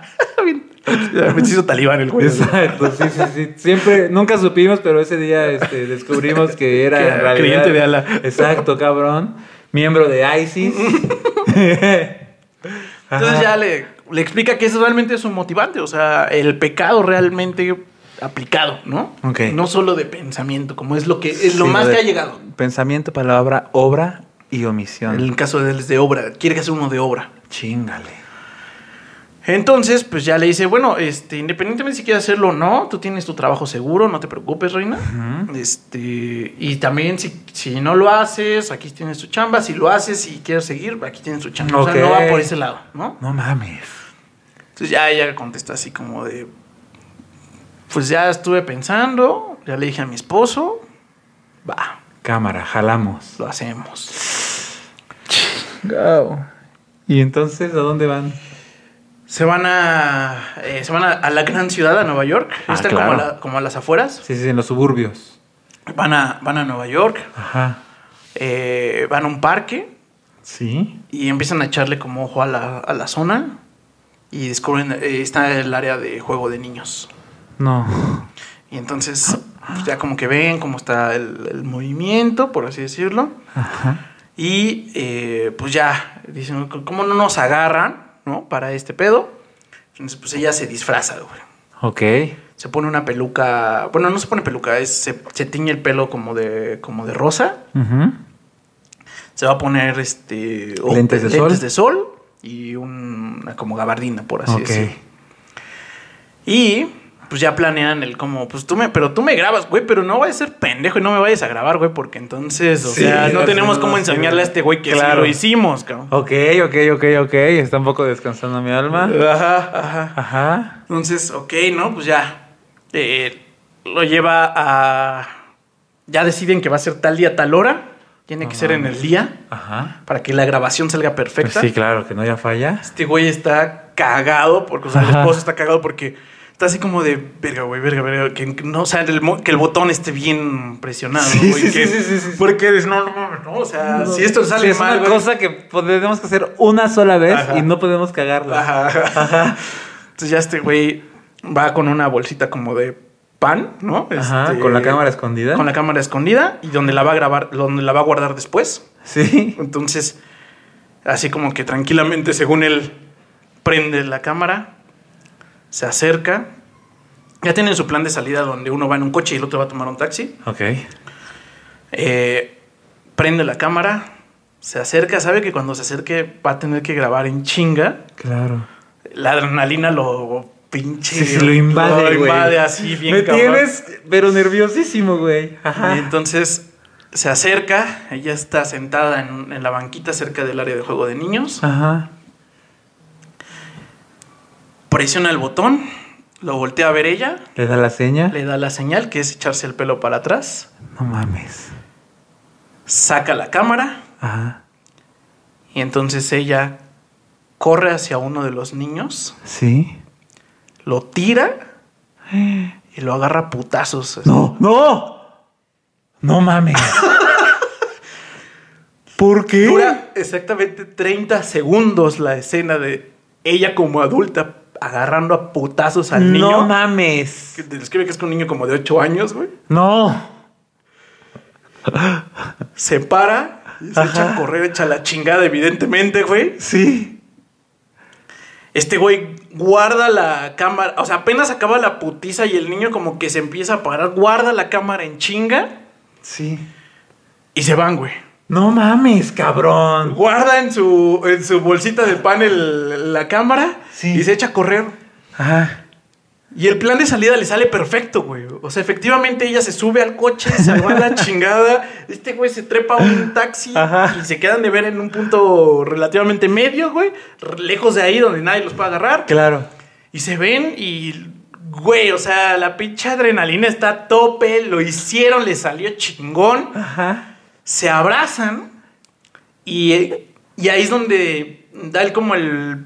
Ya me hizo talibán el güey. Exacto, sí, sí, sí. Siempre, nunca supimos, pero ese día este, descubrimos que era Que era en realidad- creyente de Alá. Exacto, cabrón. Miembro de ISIS. Entonces Ajá. ya le, le explica que ese realmente es un motivante. O sea, el pecado realmente aplicado, ¿no? Ok. No solo de pensamiento, como es lo que es lo Sí, más de que ha llegado. Pensamiento, palabra, obra y omisión. En el caso de él es de obra, quiere que sea uno de obra. Chingale. Entonces, pues ya le dice, bueno, este, independientemente si quieres hacerlo o no, tú tienes tu trabajo seguro, no te preocupes, reina. Este, y también si, si no lo haces, aquí tienes tu chamba, si lo haces y quieres seguir, aquí tienes tu chamba. O sea, Ok. no va por ese lado, ¿no? No mames. Entonces ya ella contesta así como de, pues ya estuve pensando, ya le dije a mi esposo, va, Cámara, jalamos. lo hacemos. ¿Y entonces a dónde van? Se van a, eh, se van a, a la gran ciudad, a Nueva York. Ah, Está claro. como, a la- como a las afueras. Sí, sí, en los suburbios. Van a, van a Nueva York. Ajá. eh, van a un parque Sí. y empiezan a echarle como ojo a la, a la zona y descubren, eh, está el área de juego de niños. No. Y entonces pues, ya como que ven cómo está el, el movimiento, por así decirlo. Ajá. Y eh, pues ya dicen, ¿cómo no nos agarran, no? Para este pedo. Entonces pues ella se disfraza, güey. Ok. Se pone una peluca, bueno, no se pone peluca, es- se, se tiñe el pelo como de, como de rosa. Ujú. Se va a poner este o- Lentes de lentes sol. de sol y un- una como gabardina, por así Ok. decirlo. Y pues ya planean el como, pues tú me, pero tú me grabas, güey, pero no vayas a ser pendejo y no me vayas a grabar, güey, porque entonces, o Sí, sea, no no, tenemos sí, cómo no, enseñarle a sí. este güey que sí Claro. lo hicimos, cabrón. Ok, ok, ok, ok. Está un poco descansando mi alma. Ajá, ajá. Ajá. Entonces, ok, ¿no? Pues ya. eh, lo lleva a. Ya deciden que va a ser tal día, tal hora. Tiene que ser en el día Ajá. Pues para que la grabación salga perfecta. Sí, claro, que no haya falla. Este güey está cagado, porque, o sea, el Ajá. esposo está cagado porque está así como de verga, güey, verga, verga, que no, o sea, el, mo- que el botón esté bien presionado, Sí, güey. sí, que- sí, sí, sí, sí. Porque dices, no, no, mames, no, o sea, Ah, si esto sale Sí, es mal, una güey. cosa que tenemos que hacer una sola vez Ajá. y no podemos cagarla. Ajá. Entonces ya este güey va con una bolsita como de pan, ¿no? Ajá, Este, con la cámara escondida. Con la cámara escondida y donde la va a grabar, donde la va a guardar después. Sí. Entonces, así como que tranquilamente, según él, prende la cámara, se acerca. Ya tienen su plan de salida donde uno va en un coche y el otro va a tomar un taxi. Ok. Eh, prende la cámara, se acerca, sabe que cuando se acerque va a tener que grabar en chinga. Claro. La adrenalina lo pinche. Sí, sí, lo invade, Lo güey. invade así bien Me cabrón. tienes, pero nerviosísimo, güey. Y Ajá. entonces se acerca, ella está sentada en, en la banquita cerca del área de juego de niños. Ajá. Presiona el botón, lo voltea a ver ella, Le da la seña. le da la señal que es echarse el pelo para atrás, No mames. saca la cámara Ajá. y entonces ella corre hacia uno de los niños, Sí. lo tira y lo agarra a putazos. así. No, no. No mames. ¿Por qué? Dura exactamente 30 segundos la escena de ella como adulta agarrando a putazos al No niño. mames. Que te describe que es que un niño como de 8 años, güey. No. Se para, y se Ajá. echa a correr, echa la chingada, evidentemente, güey. Sí. Este güey guarda la cámara, o sea, apenas acaba la putiza y el niño como que se empieza a parar, guarda la cámara en chinga Sí. y se van, güey. No mames, cabrón. Guarda en su, en su bolsita de pan el- la cámara Sí. y se echa a correr. Ajá. Y el plan de salida le sale perfecto, güey. O sea, efectivamente ella se sube al coche, se va a la chingada. Este güey se trepa a un taxi Ajá. y se quedan de ver en un punto relativamente medio, güey. r- Lejos de ahí donde nadie los puede agarrar. Claro. Y se ven y, güey, o sea, la pinche adrenalina está a tope. Lo hicieron, le salió chingón. Ajá. Se abrazan y, y ahí es donde da el como el.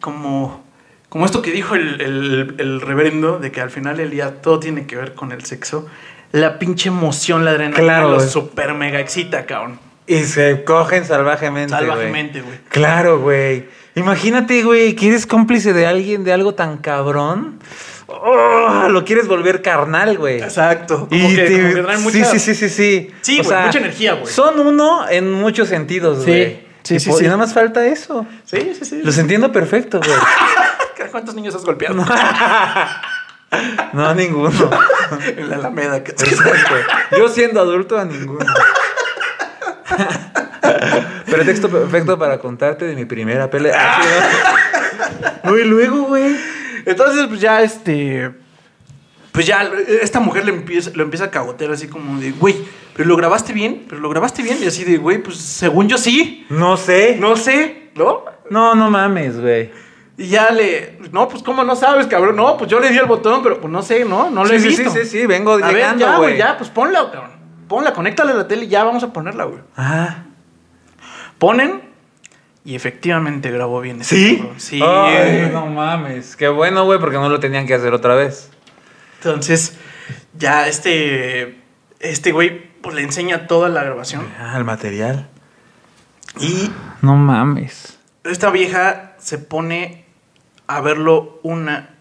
como. como esto que dijo el, el- el reverendo, de que al final del día todo tiene que ver con el sexo. La pinche emoción, la adrenalina, Claro, lo güey. super mega excita, cabrón. Y se cogen salvajemente. güey. Salvajemente, güey. Claro, güey. Imagínate, güey, que eres cómplice de alguien, de algo tan cabrón. Oh, lo quieres volver carnal, güey. Exacto. Como Y que, te- como que traen mucha- Sí, sí, sí, sí, sí. Sí, güey, mucha energía, güey. Son uno en muchos sentidos, Sí, güey. sí, Y sí, po- sí. Y nada más falta eso. Sí, sí, sí. Los entiendo perfecto, güey. ¿Cuántos niños has golpeado? No, ninguno. En la Alameda. que- Exacto. Yo siendo adulto a ninguno. Pretexto perfecto para contarte de mi primera pelea. Ah, sí, ¿no? No, y luego, güey. Entonces, pues ya este. Pues ya esta mujer le empieza, lo empieza a cagotear así como de, güey, pero lo grabaste bien, pero lo grabaste bien. Y así de, güey, pues según yo sí. No sé. No sé, ¿no? No, no mames, güey. Y ya le. No, pues cómo no sabes, cabrón. No, pues yo le di el botón, pero pues no sé, ¿no? No lo Sí, he sí, visto. sí, sí, sí, vengo a ver, llegando, ya, güey. Ya, pues ponla, cabrón. Ponla, conéctala a la tele y ya vamos a ponerla, güey. Ah. Ponen y efectivamente grabó bien. ese ¿Sí? cabrón. Sí. eh. Ay, no mames. Qué bueno, güey, porque no lo tenían que hacer otra vez. Entonces, ya este. Este güey pues, le enseña toda la grabación. Ah, el material. Y No mames. esta vieja se pone a verlo una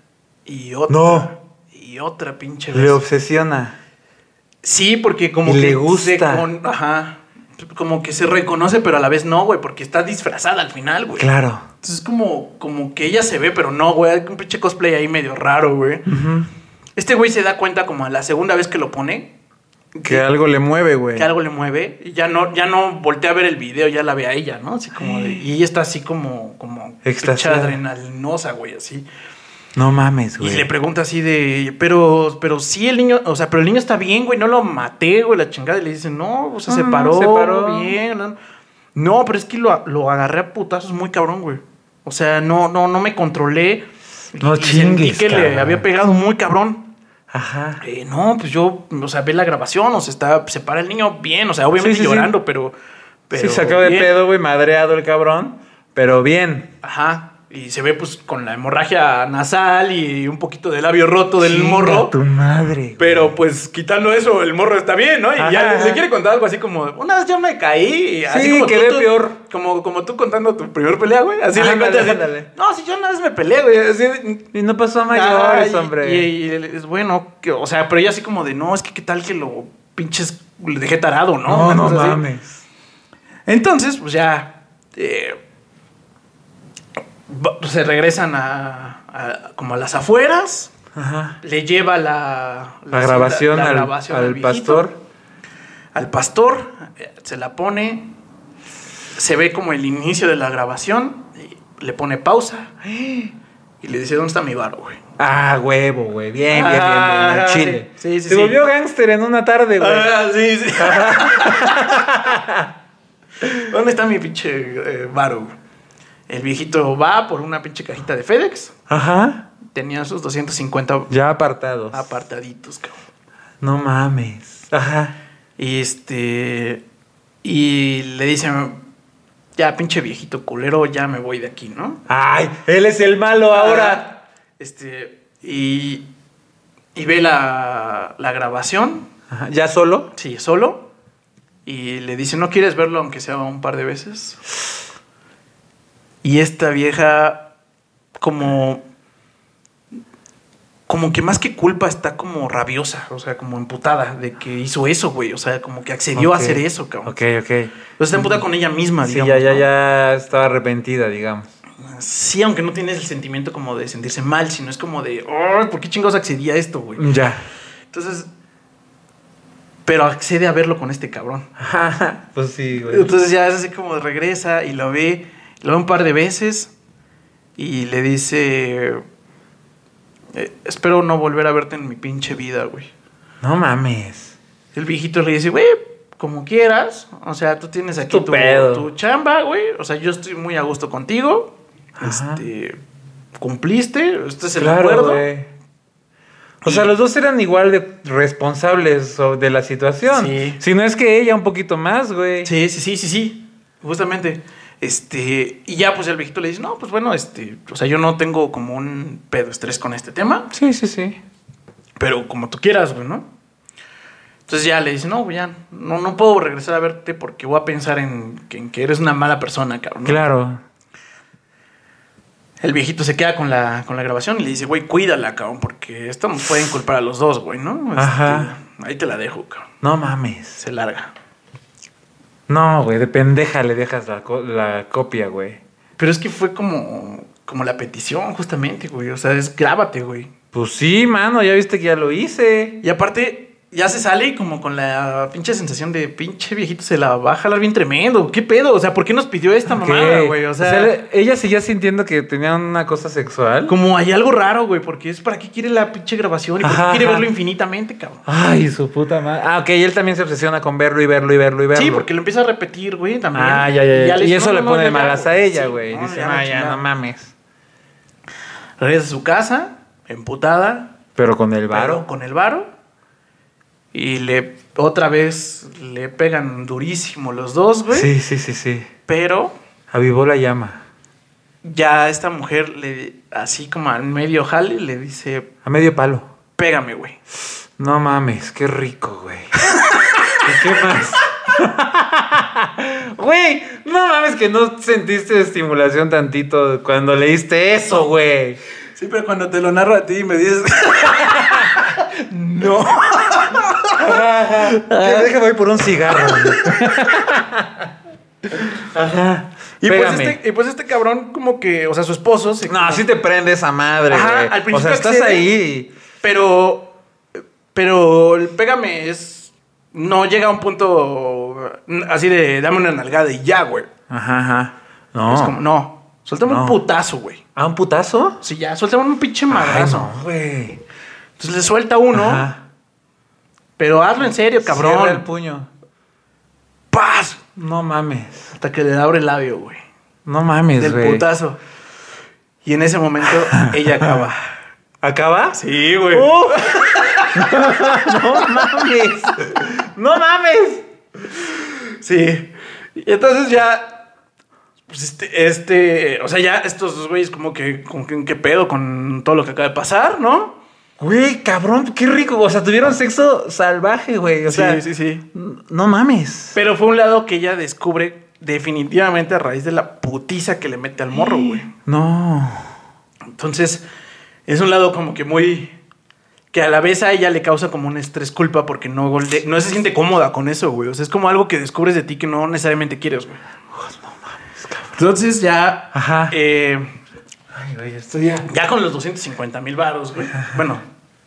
y otra. No. Y otra pinche Le vez. obsesiona. Sí, porque como Y que le se gusta. con- ajá. Como que se reconoce, pero a la vez no, güey, porque está disfrazada al final, güey. Claro. Entonces es como, como que ella se ve, pero no, güey. Hay un pinche cosplay ahí medio raro, güey. Ujú. Este güey se da cuenta como a la segunda vez que lo pone, Que algo le mueve, güey. que algo le mueve y ya no, ya no voltea a ver el video, ya la ve a ella, ¿no? Así como de- y ella está así como, como Extasiada. pinche adrenalinosa, güey, así. No mames, Y güey. le pregunta así de, pero, pero sí el niño, o sea, pero el niño está bien, güey, no lo maté, güey, la chingada. Y le dice, no, o sea, No, se no, paró, se paró. bien. No, No, pero es que lo, lo agarré a putazos muy cabrón, güey. O sea, no, no, no me controlé. No Y sentí chingues, que cabrón. le había pegado muy cabrón. Ajá. Eh, no, pues yo, o sea, ve la grabación, o sea, está, se para el niño bien, o sea, obviamente Sí, sí, sí. llorando, pero, pero. sí, sacado de bien. pedo, güey, madreado el cabrón. Pero bien. Ajá. Y se ve, pues, con la hemorragia nasal y un poquito de labio roto del Chinga morro. tu madre. güey. Pero, pues, quitando eso, el morro está bien, ¿no? Y Ajá, ya ajá. le quiere contar algo así como, una vez yo me caí. Y así Sí, como quedé tú- tú- peor. Como, como tú contando tu primer pelea, güey. Así Ándale, le cuentas. así, ándale. No, si yo una vez me peleé, güey. Así, Y no pasó a mayores, Ah, y- hombre. Y, y él es bueno, que- o sea, pero ella así como de, no, es que qué tal que lo pinches, le dejé tarado, ¿no? no, Una no cosa así. mames. Entonces, pues ya, eh, va- se regresan a, a- como a las afueras, Ajá. le lleva la, La la- grabación la al, grabación al viejito, pastor. Al pastor, eh, se la pone, se ve como el inicio de la grabación, y le pone pausa y le dice, ¿dónde está mi varo, güey? Ah, huevo, güey. Bien, bien, bien, bien, Ah, bien. sí. Chile. Sí, sí, sí. Se volvió gángster en una tarde, güey. Ah, sí, sí. ¿Dónde está mi pinche eh, varo? güey? El viejito va por una pinche cajita de FedEx. Ajá. Tenía sus 250 Ya apartados. apartaditos, cabrón. no mames. Ajá. Y este. Y le dicen. Ya, pinche viejito culero, ya me voy de aquí, ¿no? Ay, él es el malo ahora. Ah, Este. Y. Y ve la, la grabación. Ajá, ¿Ya solo? Sí, solo. Y le dice, ¿no quieres verlo aunque sea un par de veces? Y esta vieja, como... Como que más que culpa está como rabiosa, o sea, como emputada de que hizo eso, güey. O sea, como que accedió Ok. a hacer eso, cabrón. Ok, ok. Entonces está emputada con ella misma, Sí, Ah. digamos, ya, ya, ¿no? ya estaba arrepentida, digamos. Sí, aunque no tienes el sentimiento como de sentirse mal, sino es como de, "Oh, ¿por qué chingados accedí a esto, güey? Ya. Entonces... Pero accede a verlo con este cabrón. pues sí, güey. Entonces ya es así como regresa y lo ve, lo ve un par de veces y le dice, "Eh, espero no volver a verte en mi pinche vida, güey. No mames. El viejito le dice, güey, como quieras, o sea, tú tienes aquí Tu tu, pedo. tu chamba, güey, o sea, yo estoy muy a gusto contigo, Ajá. este, cumpliste, este es el Claro, acuerdo. güey. O sea, los dos eran igual de responsables o- de la situación. Sí. Si no es que ella un poquito más, güey. Sí, sí, sí, sí, sí. Justamente. Este, y ya pues el viejito le dice, no, pues bueno, este, o sea, yo no tengo como un pedo estrés con este tema. sí, sí. sí. Pero como tú quieras, güey, ¿no? Entonces ya le dice, no, güey, ya no, no puedo regresar a verte porque voy a pensar en que, en que eres una mala persona, cabrón. ¿no?". Claro. El viejito se queda con la, con la grabación y le dice, güey, cuídala, cabrón, porque esto nos pueden culpar a los dos, güey, ¿no? Este, Ajá. ahí te la dejo, cabrón. No mames. Se larga. No, güey, de pendeja le dejas la, co- la copia, güey. Pero es que fue como, como la petición, justamente, güey. O sea, es grábate, güey. Pues sí, mano, ya viste que ya lo hice. Y aparte, ya se sale como con la pinche sensación de pinche viejito se la va a jalar bien tremendo. ¿Qué pedo? O sea, ¿por qué nos pidió esta mamada, ¿Qué? güey? O sea, ella seguía sintiendo que tenía una cosa sexual. como hay algo raro, güey, porque es para qué quiere la pinche grabación y por qué Ajá, quiere ajá. verlo infinitamente, cabrón. Ay, su puta madre. Ah, ok, y él también se obsesiona con verlo y verlo y verlo y verlo. Sí, porque lo empieza a repetir, güey, también. Ah, ya, ya, ya. le y dice, eso "No, le no, no, pone ya, malas ya, a ella, sí, güey. no, Dice, ya no, la ya, chingada". no mames. Regresa a su casa, emputada, Pero con el varo varo. con el varo. Y le otra vez le pegan durísimo los dos, güey. Sí, sí, sí, sí. Pero Avivó la llama. ya esta mujer le así como al medio jale le dice, A medio palo. "Pégame, güey." No mames, qué rico, güey. ¿Y qué más? Güey, no mames que no sentiste estimulación tantito cuando leíste eso, güey. Sí, pero cuando te lo narro a ti y me dices, "No." Ajá, ajá. Déjame ir por un cigarro. Ajá. Y pues, Pégame. este, y pues este cabrón como que, o sea, su esposo se No, así te prende esa madre, Ajá, güey. al o sea, principio estás accede. ahí. Pero. Pero el pégame es. No llega a un punto mm, así de dame una nalgada y ya, güey. Ajá, ajá. No. Es como, no. Suéltame No. un putazo, güey. ¿A un putazo? Sí, ya, suéltame un pinche Ay, madrazo. no, güey. Entonces le suelta uno, Ajá. pero hazlo en serio, Cierra el cabrón. puño. ¡Paz! No mames. Hasta que le abre el labio, güey. No mames, Del güey. putazo. Y en ese momento ella acaba. ¿Acaba? Sí, güey. No mames. No mames. Sí. Y entonces ya. Pues este, este. O sea, ya estos dos güeyes, como que. Como que ¿Qué pedo con todo lo que acaba de pasar, no? Güey, cabrón, qué rico. O sea, tuvieron sexo salvaje, güey. O sea, sí. n- no mames. Pero fue un lado que ella descubre definitivamente a raíz de la putiza que le mete al morro, güey. No. Entonces, es un lado como que muy. Que a la vez a ella le causa como un estrés culpa porque no, golde- no se siente cómoda con eso, güey. O sea, es como algo que descubres de ti que no necesariamente quieres, güey. Entonces ya. Ajá. eh, Ay, güey, estoy ya. Ya con los 250 mil baros, güey. Bueno,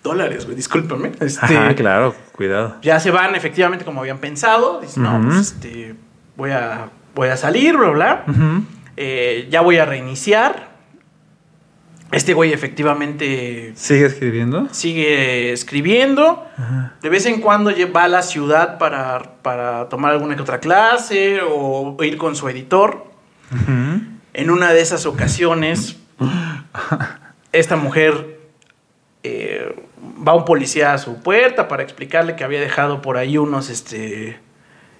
dólares, güey, discúlpame. Este, Ajá, claro, cuidado. Ya se van efectivamente como habían pensado. Dicen, Ujú. no, pues este, voy a, voy a salir, bla, bla. Ujú. Eh, ya voy a reiniciar. Este güey efectivamente ¿Sigue escribiendo? sigue escribiendo. Ajá. De vez en cuando lle- va a la ciudad para, para tomar alguna que otra clase o ir con su editor. Ujú. En una de esas ocasiones, esta mujer eh, va un policía a su puerta para explicarle que había dejado por ahí unos, este,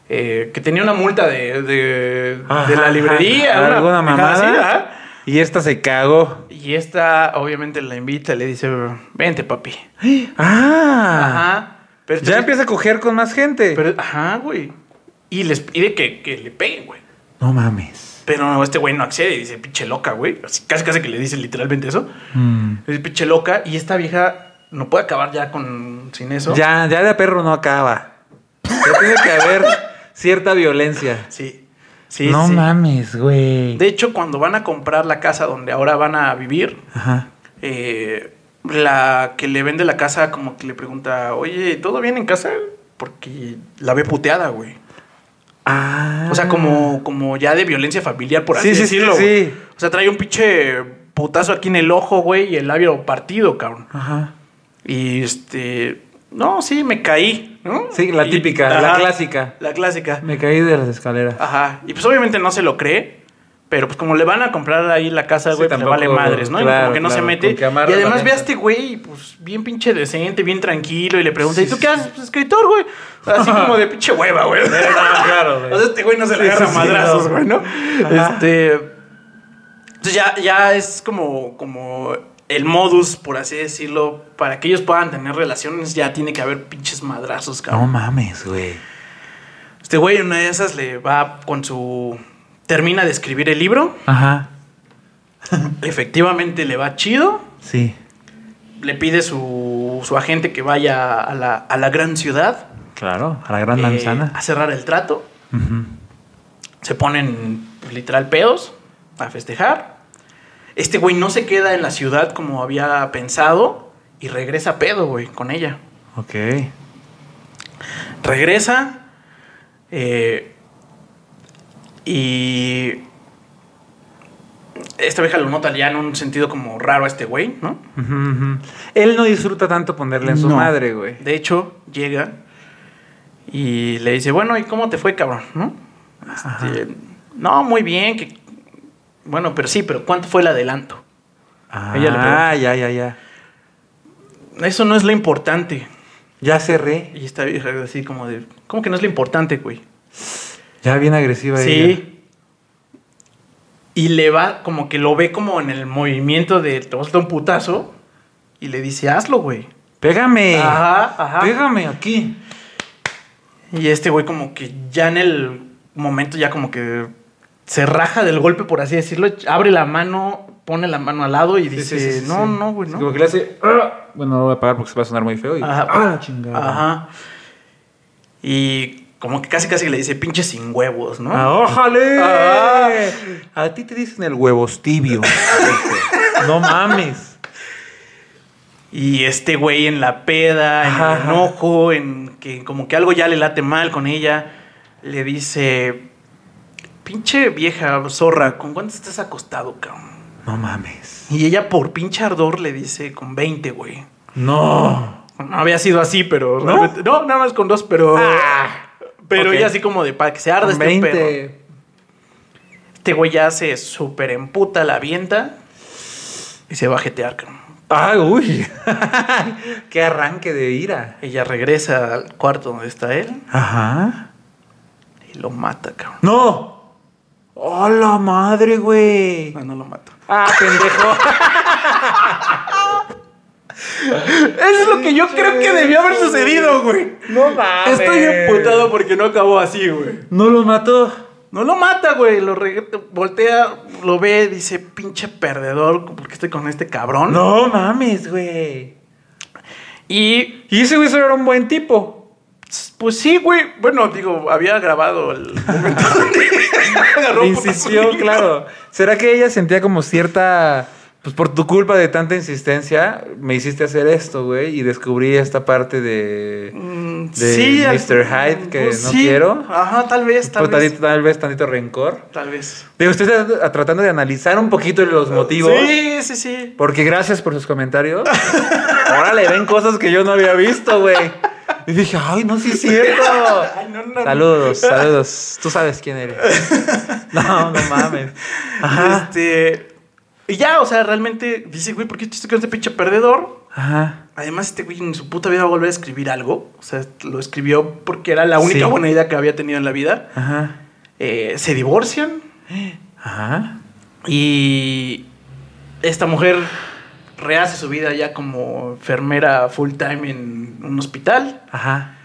eh, que tenía una multa de, de- Ajá, de la librería. ajá. una ¿Alguna pendejada así, mamada? ajá. Y esta se cagó. y esta obviamente la invita, le dice, vente papi. Ah. Ajá. Pero Ya empieza a coger con más gente. Pero, ajá, güey. Y les pide que, que le peguen, güey. No mames. Pero este güey no accede y dice, pinche loca, güey. Así, casi casi que le dice literalmente eso. Mm. Es pinche loca. Y esta vieja no puede acabar ya con sin eso. Ya, ya de perro no acaba. Ya tiene que haber cierta violencia. Sí. Sí, no sí. mames, güey. De hecho, cuando van a comprar la casa donde ahora van a vivir, Ajá. eh, la que le vende la casa como que le pregunta, oye, ¿todo bien en casa? Porque la ve puteada, güey. Ah. O sea, como, como ya de violencia familiar, por así Sí, sí, sí, decirlo. sí. güey. O sea, trae un pinche putazo aquí en el ojo, güey, y el labio partido, cabrón. Ajá. Y este. No, sí, me caí, ¿no? Sí, la Y- típica, la clásica. La clásica. Me caí de las escaleras. Ajá. Y pues obviamente no se lo cree. Pero pues como le van a comprar ahí la casa, Sí, güey, pues le tampoco, vale madres, ¿no? Y claro, como que no claro, se con mete. que Y amarra la además ve a neta. este güey, pues bien pinche decente, bien tranquilo. Y le pregunta, Sí, ¿y tú sí, qué sí. haces? Pues escritor, güey. Así como de pinche hueva, güey. Ah, claro, O sea, este güey no se le Sí, agarra sí, sí, madrazos, no. güey, ¿no? Ajá. Este. Entonces ya, ya es como, como el modus, por así decirlo. Para que ellos puedan tener relaciones, ya tiene que haber pinches madrazos, No cabrón. mames, güey. Este güey, en una de esas le va con su. Termina de escribir el libro. Ajá. Efectivamente le va chido. Sí. Le pide su, su agente que vaya a la, a la gran ciudad Claro, a la gran eh, manzana. a cerrar el trato. Ujú. se ponen literal pedos a festejar. Este güey no se queda en la ciudad como había pensado y regresa pedo, güey, con ella. Ok. Regresa eh, y esta vieja lo nota ya en un sentido como raro a este güey, ¿no? Ujú, ujú. Él no disfruta tanto ponerle en su No. madre, güey. De hecho, llega y le dice, bueno, ¿y cómo te fue, cabrón? ¿No? Ajá. Este, no, muy bien. Que... Bueno, pero sí, pero ¿cuánto fue el adelanto? Ah, Ella le pregunta. ya, ya, ya. Eso no es lo importante. Ya cerré. Y esta vieja así como de, ¿cómo que no es lo importante, güey? Ya bien agresiva ella. Sí. Y le va, como que lo ve como en el movimiento de, te vas a dar un putazo. Y le dice, hazlo, güey. Pégame. Ajá, ajá. Pégame aquí. Y este güey como que ya en el momento ya como que se raja del golpe, por así decirlo. Abre la mano, pone la mano al lado y dice, no, no, güey, Sí, no. Como que le hace. "Ah". Bueno, no lo voy a apagar porque se va a sonar muy feo. Y, Ajá. Ah, chingada. Ajá. Y como que casi casi le dice, pinche sin huevos, ¿no? Ah, ¡Ójale! Ah. A ti te dicen el huevos tibio. dice. no mames. Y este güey en la peda, en Ajá, el ajá. enojo, en que como que algo ya le late mal con ella, le dice, pinche vieja zorra, ¿con cuánto estás acostado, cabrón? No mames. Y ella por pinche ardor le dice, con 20, güey. No. No había sido así, pero ¿No? realmente- ¿No? nada más con dos, Ah, pero... pero ok. ella así como de, para que se arde Con este 20. perro. Este güey ya se súper emputa, la avienta y se va a jetear, cabrón. Ay, Ah, uy. Qué arranque de ira. Ella regresa al cuarto donde está él Ajá. y lo mata, cabrón. No. Hola madre, güey. No, no lo mata. Ah, pendejo. Eso es lo que yo creo que debió haber sucedido, güey. No mames. Estoy emputado porque no acabó así, güey. No lo mató. No lo mata, güey. Lo reg- voltea, lo ve, dice, pinche perdedor, porque estoy con este cabrón. No mames, güey. Y Y ese güey solo era un buen tipo. pues sí, güey. Bueno, digo, había grabado el momento donde agarró Le putazos insistió, niños. claro. ¿Será que ella sentía como cierta. Pues por tu culpa de tanta insistencia, me hiciste hacer esto, güey, y descubrí esta parte de. Mm, De al- Pues Mr. Hyde, que no sí. quiero. Ajá, tal vez, tal Tal, vez. vez. tal vez pues, tantito rencor. Tal vez. Digo, estoy tratando- tratando de analizar un poquito los motivos. Sí, sí, sí. Porque gracias por sus comentarios. Ahora le ven cosas que yo no había visto, güey. Y dije, ay, no, sí es cierto. Ay, no, no, no. Saludos, saludos. Tú sabes quién eres. No, no mames. Ajá. Este. Y ya, o sea, realmente dice, güey, ¿por qué estoy con este pinche perdedor? Ajá. Además, este güey en su puta vida va a volver a escribir algo. O sea, lo escribió porque era la única Sí. buena idea que había tenido en la vida. Ajá. Eh, se divorcian Ajá. y esta mujer rehace su vida ya como enfermera full time en un hospital. Ajá.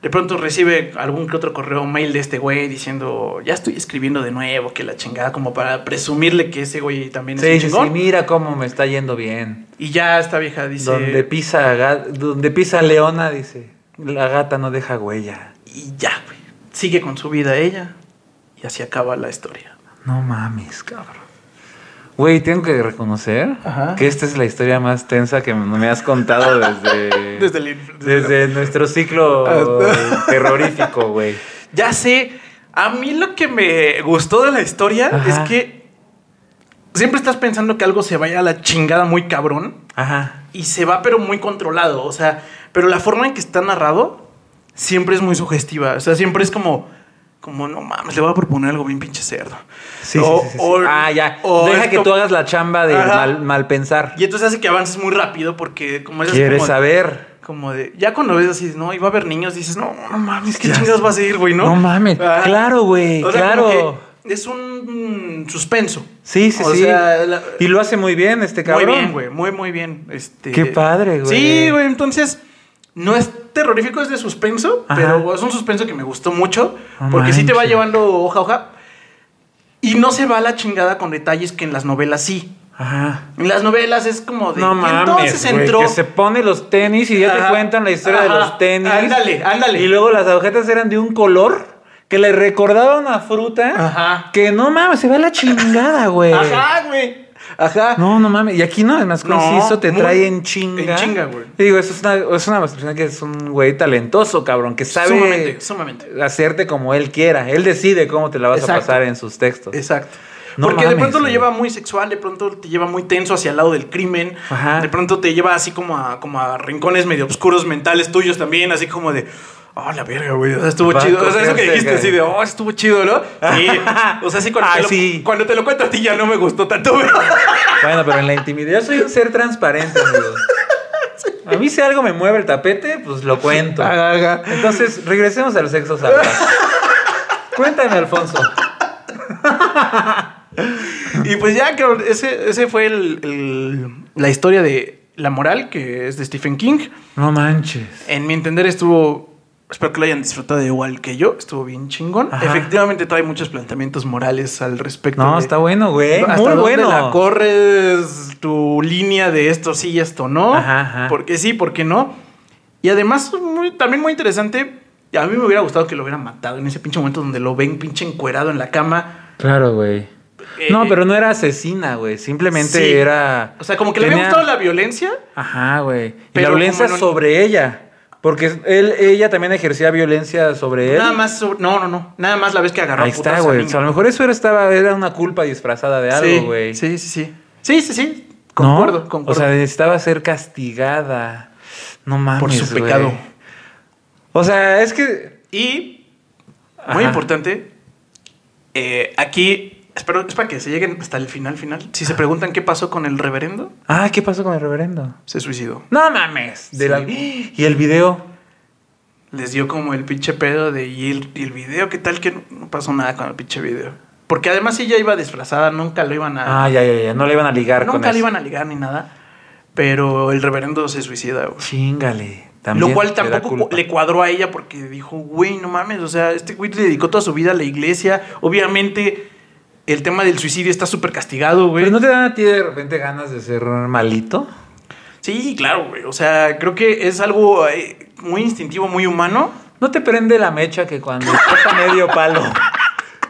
De pronto recibe algún que otro correo o mail de este güey diciendo, ya estoy escribiendo de nuevo, que la chingada, como para presumirle que ese güey también Sí, es sí, un chingón. sí, mira cómo me está yendo bien. Y ya esta vieja dice, Donde pisa ga- donde pisa Leona, dice, la gata no deja huella. y ya, güey, sigue con su vida ella y así acaba la historia. No mames, cabrón. Güey, tengo que reconocer Ajá. que esta es la historia más tensa que me has contado desde, Desde el... desde nuestro ciclo Hasta- terrorífico, güey. Ya sé, a mí lo que me gustó de la historia Ajá. es que siempre estás pensando que algo se vaya a la chingada muy cabrón. Ajá. y se va pero muy controlado, o sea, pero la forma en que está narrado siempre es muy sugestiva, o sea, siempre es como como no mames, le voy a proponer algo bien pinche cerdo. Sí, O- sí, sí, sí, sí. o- ah, ya. o Deja esto- que tú hagas la chamba de Ajá. mal, mal pensar. Y entonces hace que avances muy rápido porque como es ¿Quieres como, saber? como de ya cuando ves así, no, y va a haber niños, dices, "No, no mames, qué Ya chingas sé. va a seguir, güey, ¿no?" Ah. No mames, claro, güey, O sea, claro. como que es un mm, suspenso. Sí, sí, O sí. sea, la- Y lo hace muy bien este Muy cabrón. bien, güey, muy, muy bien. Este, Qué padre, güey. Sí, güey, entonces no es terrorífico, es de suspenso, Ajá. pero es un suspenso que me gustó mucho, No porque sí te va manches. llevando hoja a hoja. Y no se va a la chingada con detalles que en las novelas sí. Ajá. En las novelas es como de... No y mames, entonces güey, entró... que se pone los tenis y ya Ajá, te cuentan la historia de ajá, los tenis. ándale, ándale. Y luego las agujetas eran de un color que le recordaba una fruta. Ajá. Que no mames, se ve la chingada, güey. Ajá, güey. Ajá. No, no mames. Y aquí no, el más No, conciso te muy- trae en chinga. en chinga, güey. Y Digo, eso es una, es una persona que es un güey talentoso, cabrón, que sabe Sumamente, sumamente. hacerte como él quiera. Él decide cómo te la vas Exacto. a pasar en sus textos. Exacto. No Porque de mames, eh. pronto lo güey. lleva muy sexual, de pronto te lleva muy tenso hacia el lado del crimen, Ajá. de pronto te lleva así como a, como a rincones medio oscuros mentales tuyos también, así como de, oh, la verga, güey, o sea, estuvo Va a chido, o sea, eso que cogerse, dijiste güey. así de, oh, estuvo chido, ¿no? Sí, o sea, sí, cuando, Ah, te lo, sí. cuando te lo cuento a ti ya no me gustó tanto, güey. Bueno, pero en la intimidad yo soy un ser transparente, amigos. A mí si algo me mueve el tapete, pues lo cuento. Ajá, ajá. Entonces, regresemos al sexo salvaje. Cuéntame, Alfonso. Y pues ya, cabrón, ese, ese fue el- el- la historia de La Moral, que es de Stephen King. No manches. En mi entender estuvo, espero que lo hayan disfrutado igual que yo, estuvo bien chingón. Ajá. Efectivamente trae muchos planteamientos morales al respecto. No, de- está bueno, güey. ¿Hasta Muy dónde bueno. la corres tu línea de esto sí y esto no? Ajá, ajá. Porque sí, porque no. Y además, muy- también muy interesante. A mí me hubiera gustado que lo hubieran matado en ese pinche momento donde lo ven pinche encuerado en la cama. Claro, güey. Eh, No, pero no era asesina, güey. Simplemente sí. era. O sea, como que le había tenía- gustado la violencia. Ajá, güey. Y Pero la como violencia en un- sobre ella. Porque él, ella también ejercía violencia sobre él. Nada más sobre- No, no, no. Nada más la vez que agarró Ahí a putazos está, a güey. niño. O sea, a lo mejor eso era, estaba, era una culpa disfrazada de Sí, algo, güey. Sí, sí, sí. Sí, sí, sí. ¿No? Concuerdo, concuerdo. O sea, necesitaba ser castigada. No mames. Por su güey. pecado. O sea, es que. y, muy Ajá. importante, eh, aquí, espero, es para que se lleguen hasta el final, final. Si se preguntan qué pasó con el reverendo, Ah, ¿qué pasó con el reverendo? se suicidó. No mames. De Sí. la- Y el video. Les dio como el pinche pedo de, y el, y el video, ¿qué tal que no- no pasó nada con el pinche video? Porque además ella iba disfrazada, nunca lo iban a... Ah, ya, ya, ya. No le iban a ligar con nunca eso. le iban a ligar ni nada. Pero el reverendo se suicida, güey. Chingale. También lo cual te da tampoco culpa. le cuadró a ella porque dijo, güey, no mames, o sea, este güey le dedicó toda su vida a la iglesia. Obviamente, el tema del suicidio está súper castigado, güey. Pero no te dan a ti de repente ganas de ser malito. Sí, claro, güey. O sea, creo que es algo eh, muy instintivo, muy humano. No te prende la mecha que cuando estás a medio palo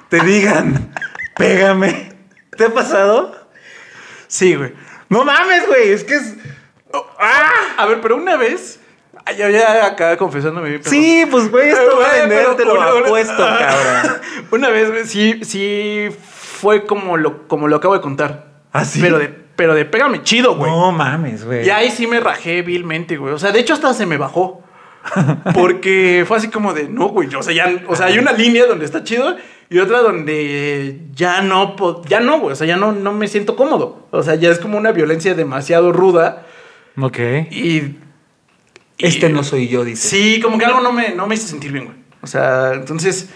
te digan, pégame. ¿Te ha pasado? Sí, güey. No mames, güey. Es que es. Oh, ah, A ver, pero una vez, ay, ya, ya acaba confesándome. mi pedo. Sí, pues, güey, esto va a Güey, vender, pero te lo una- una- apuesto, cabrón. Una vez, güey, sí, sí fue como lo, como lo acabo de contar. ¿Ah, sí? Pero de, pero de pégame chido, güey. No mames, güey. Y ahí sí me rajé vilmente, güey. O sea, de hecho hasta se me bajó. Porque fue así como de, no, güey. O sea, ya, o sea, hay una línea donde está chido y otra donde ya no, po- ya no, güey. O sea, ya no, no me siento cómodo. O sea, ya es como una violencia demasiado ruda Ok. y... y- Este no soy yo, dice. Sí, como que algo no me, no me hizo sentir bien, güey. O sea, entonces,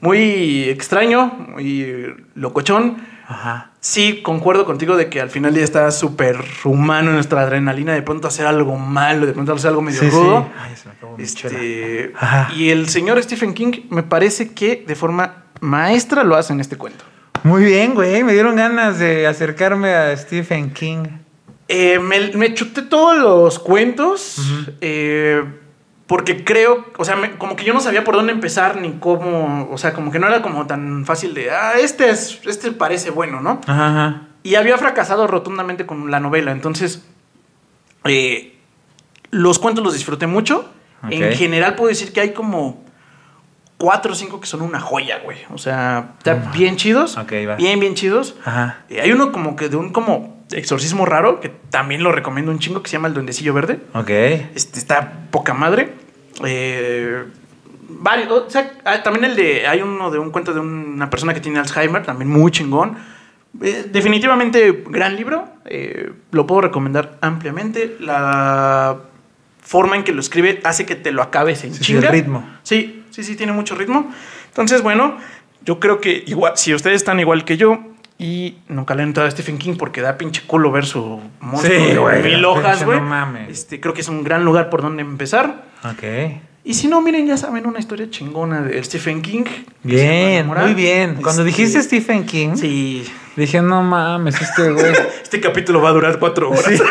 muy extraño, muy locochón. Ajá. Sí, concuerdo contigo de que al final ya está súper humano nuestra adrenalina. De pronto hacer algo malo, de pronto hacer algo medio rudo. Ay, se me acabó mi chela. Este, Ajá. y el señor Stephen King me parece que de forma maestra lo hace en este cuento. Muy bien, güey. Me dieron ganas de acercarme a Stephen King. Eh, me, me chuté todos los cuentos eh, porque creo, o sea, me- como que yo no sabía por dónde empezar ni cómo, o sea, como que no era como tan fácil de, ah, este, es, este parece bueno, ¿no? Ajá, ajá. Y había fracasado rotundamente con la novela. Entonces, eh, los cuentos los disfruté mucho. Ok. En general puedo decir que hay como cuatro o cinco que son una joya, güey. O sea, están bien chidos. Ok, va. Bien, bien chidos. Ajá. Eh, hay uno como que de un como exorcismo raro, que también lo recomiendo un chingo, que se llama El Duendecillo Verde. Ok. Este, está poca madre. Eh, varios, o sea, ah, también el de. Hay uno de un cuento de una persona que tiene Alzheimer, también muy chingón. Eh, definitivamente, gran libro. eh, lo puedo recomendar ampliamente. La forma en que lo escribe hace que te lo acabes en Sí, sí, chinga. el ritmo. Sí, sí, sí, tiene mucho ritmo. Entonces, bueno, yo creo que igual, si ustedes están igual que yo. Y nunca leen todo a Stephen King porque da pinche culo ver su monstruo Sí, de güey, mil la hojas, pinche güey. no mames. Este, creo que es un gran lugar por donde empezar. Ok. Y si no, miren, ya saben, una historia chingona de Stephen King. que se llama La Bien, Moral. muy bien. Cuando Este, dijiste Stephen King, Sí. dije, no mames, este güey. Este capítulo va a durar cuatro horas. Sí.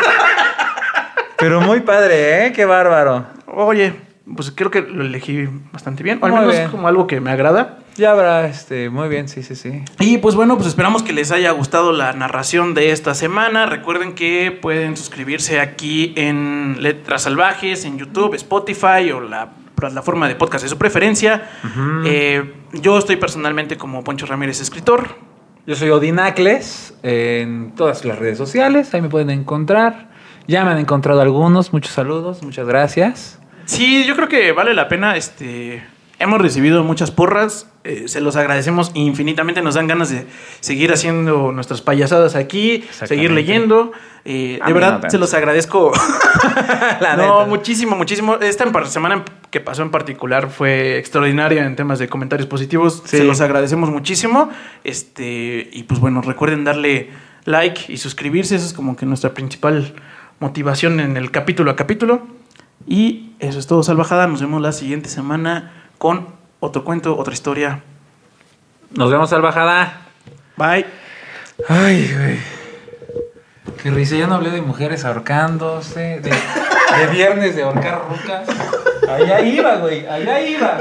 Pero muy padre, ¿eh? Qué bárbaro. Oye, pues creo que lo elegí bastante bien. O al Muy menos bien. como algo que me agrada. Ya habrá, este, muy bien, sí, sí, sí. Y pues bueno, pues esperamos que les haya gustado la narración de esta semana. Recuerden que pueden suscribirse aquí en Letras Salvajes, en YouTube, Spotify o la plataforma de podcast de su preferencia. Eh, yo estoy personalmente como Poncho Ramírez, escritor. Yo soy Odinacles en todas las redes sociales, ahí me pueden encontrar. Ya me han encontrado algunos, muchos saludos, muchas gracias. Sí, yo creo que vale la pena. Este, hemos recibido muchas porras, eh, se los agradecemos infinitamente. Nos dan ganas de seguir haciendo nuestras payasadas aquí, seguir Exactamente. leyendo. Eh, A de mí verdad, no tanto. se los agradezco. La no, neta. muchísimo, muchísimo. Esta en par- semana en- que pasó en particular fue extraordinaria en temas de comentarios positivos. Sí. Se los agradecemos muchísimo. Este, y pues bueno, recuerden darle like y suscribirse. Esa es como que nuestra principal motivación en el capítulo a capítulo. Y eso es todo, salvajada. Nos vemos la siguiente semana con otro cuento, otra historia. Nos vemos al bajada. Bye. Ay, güey. Qué risa, ya no hablé de mujeres ahorcándose, de, de viernes de ahorcar rucas. Allá iba, güey, allá iba.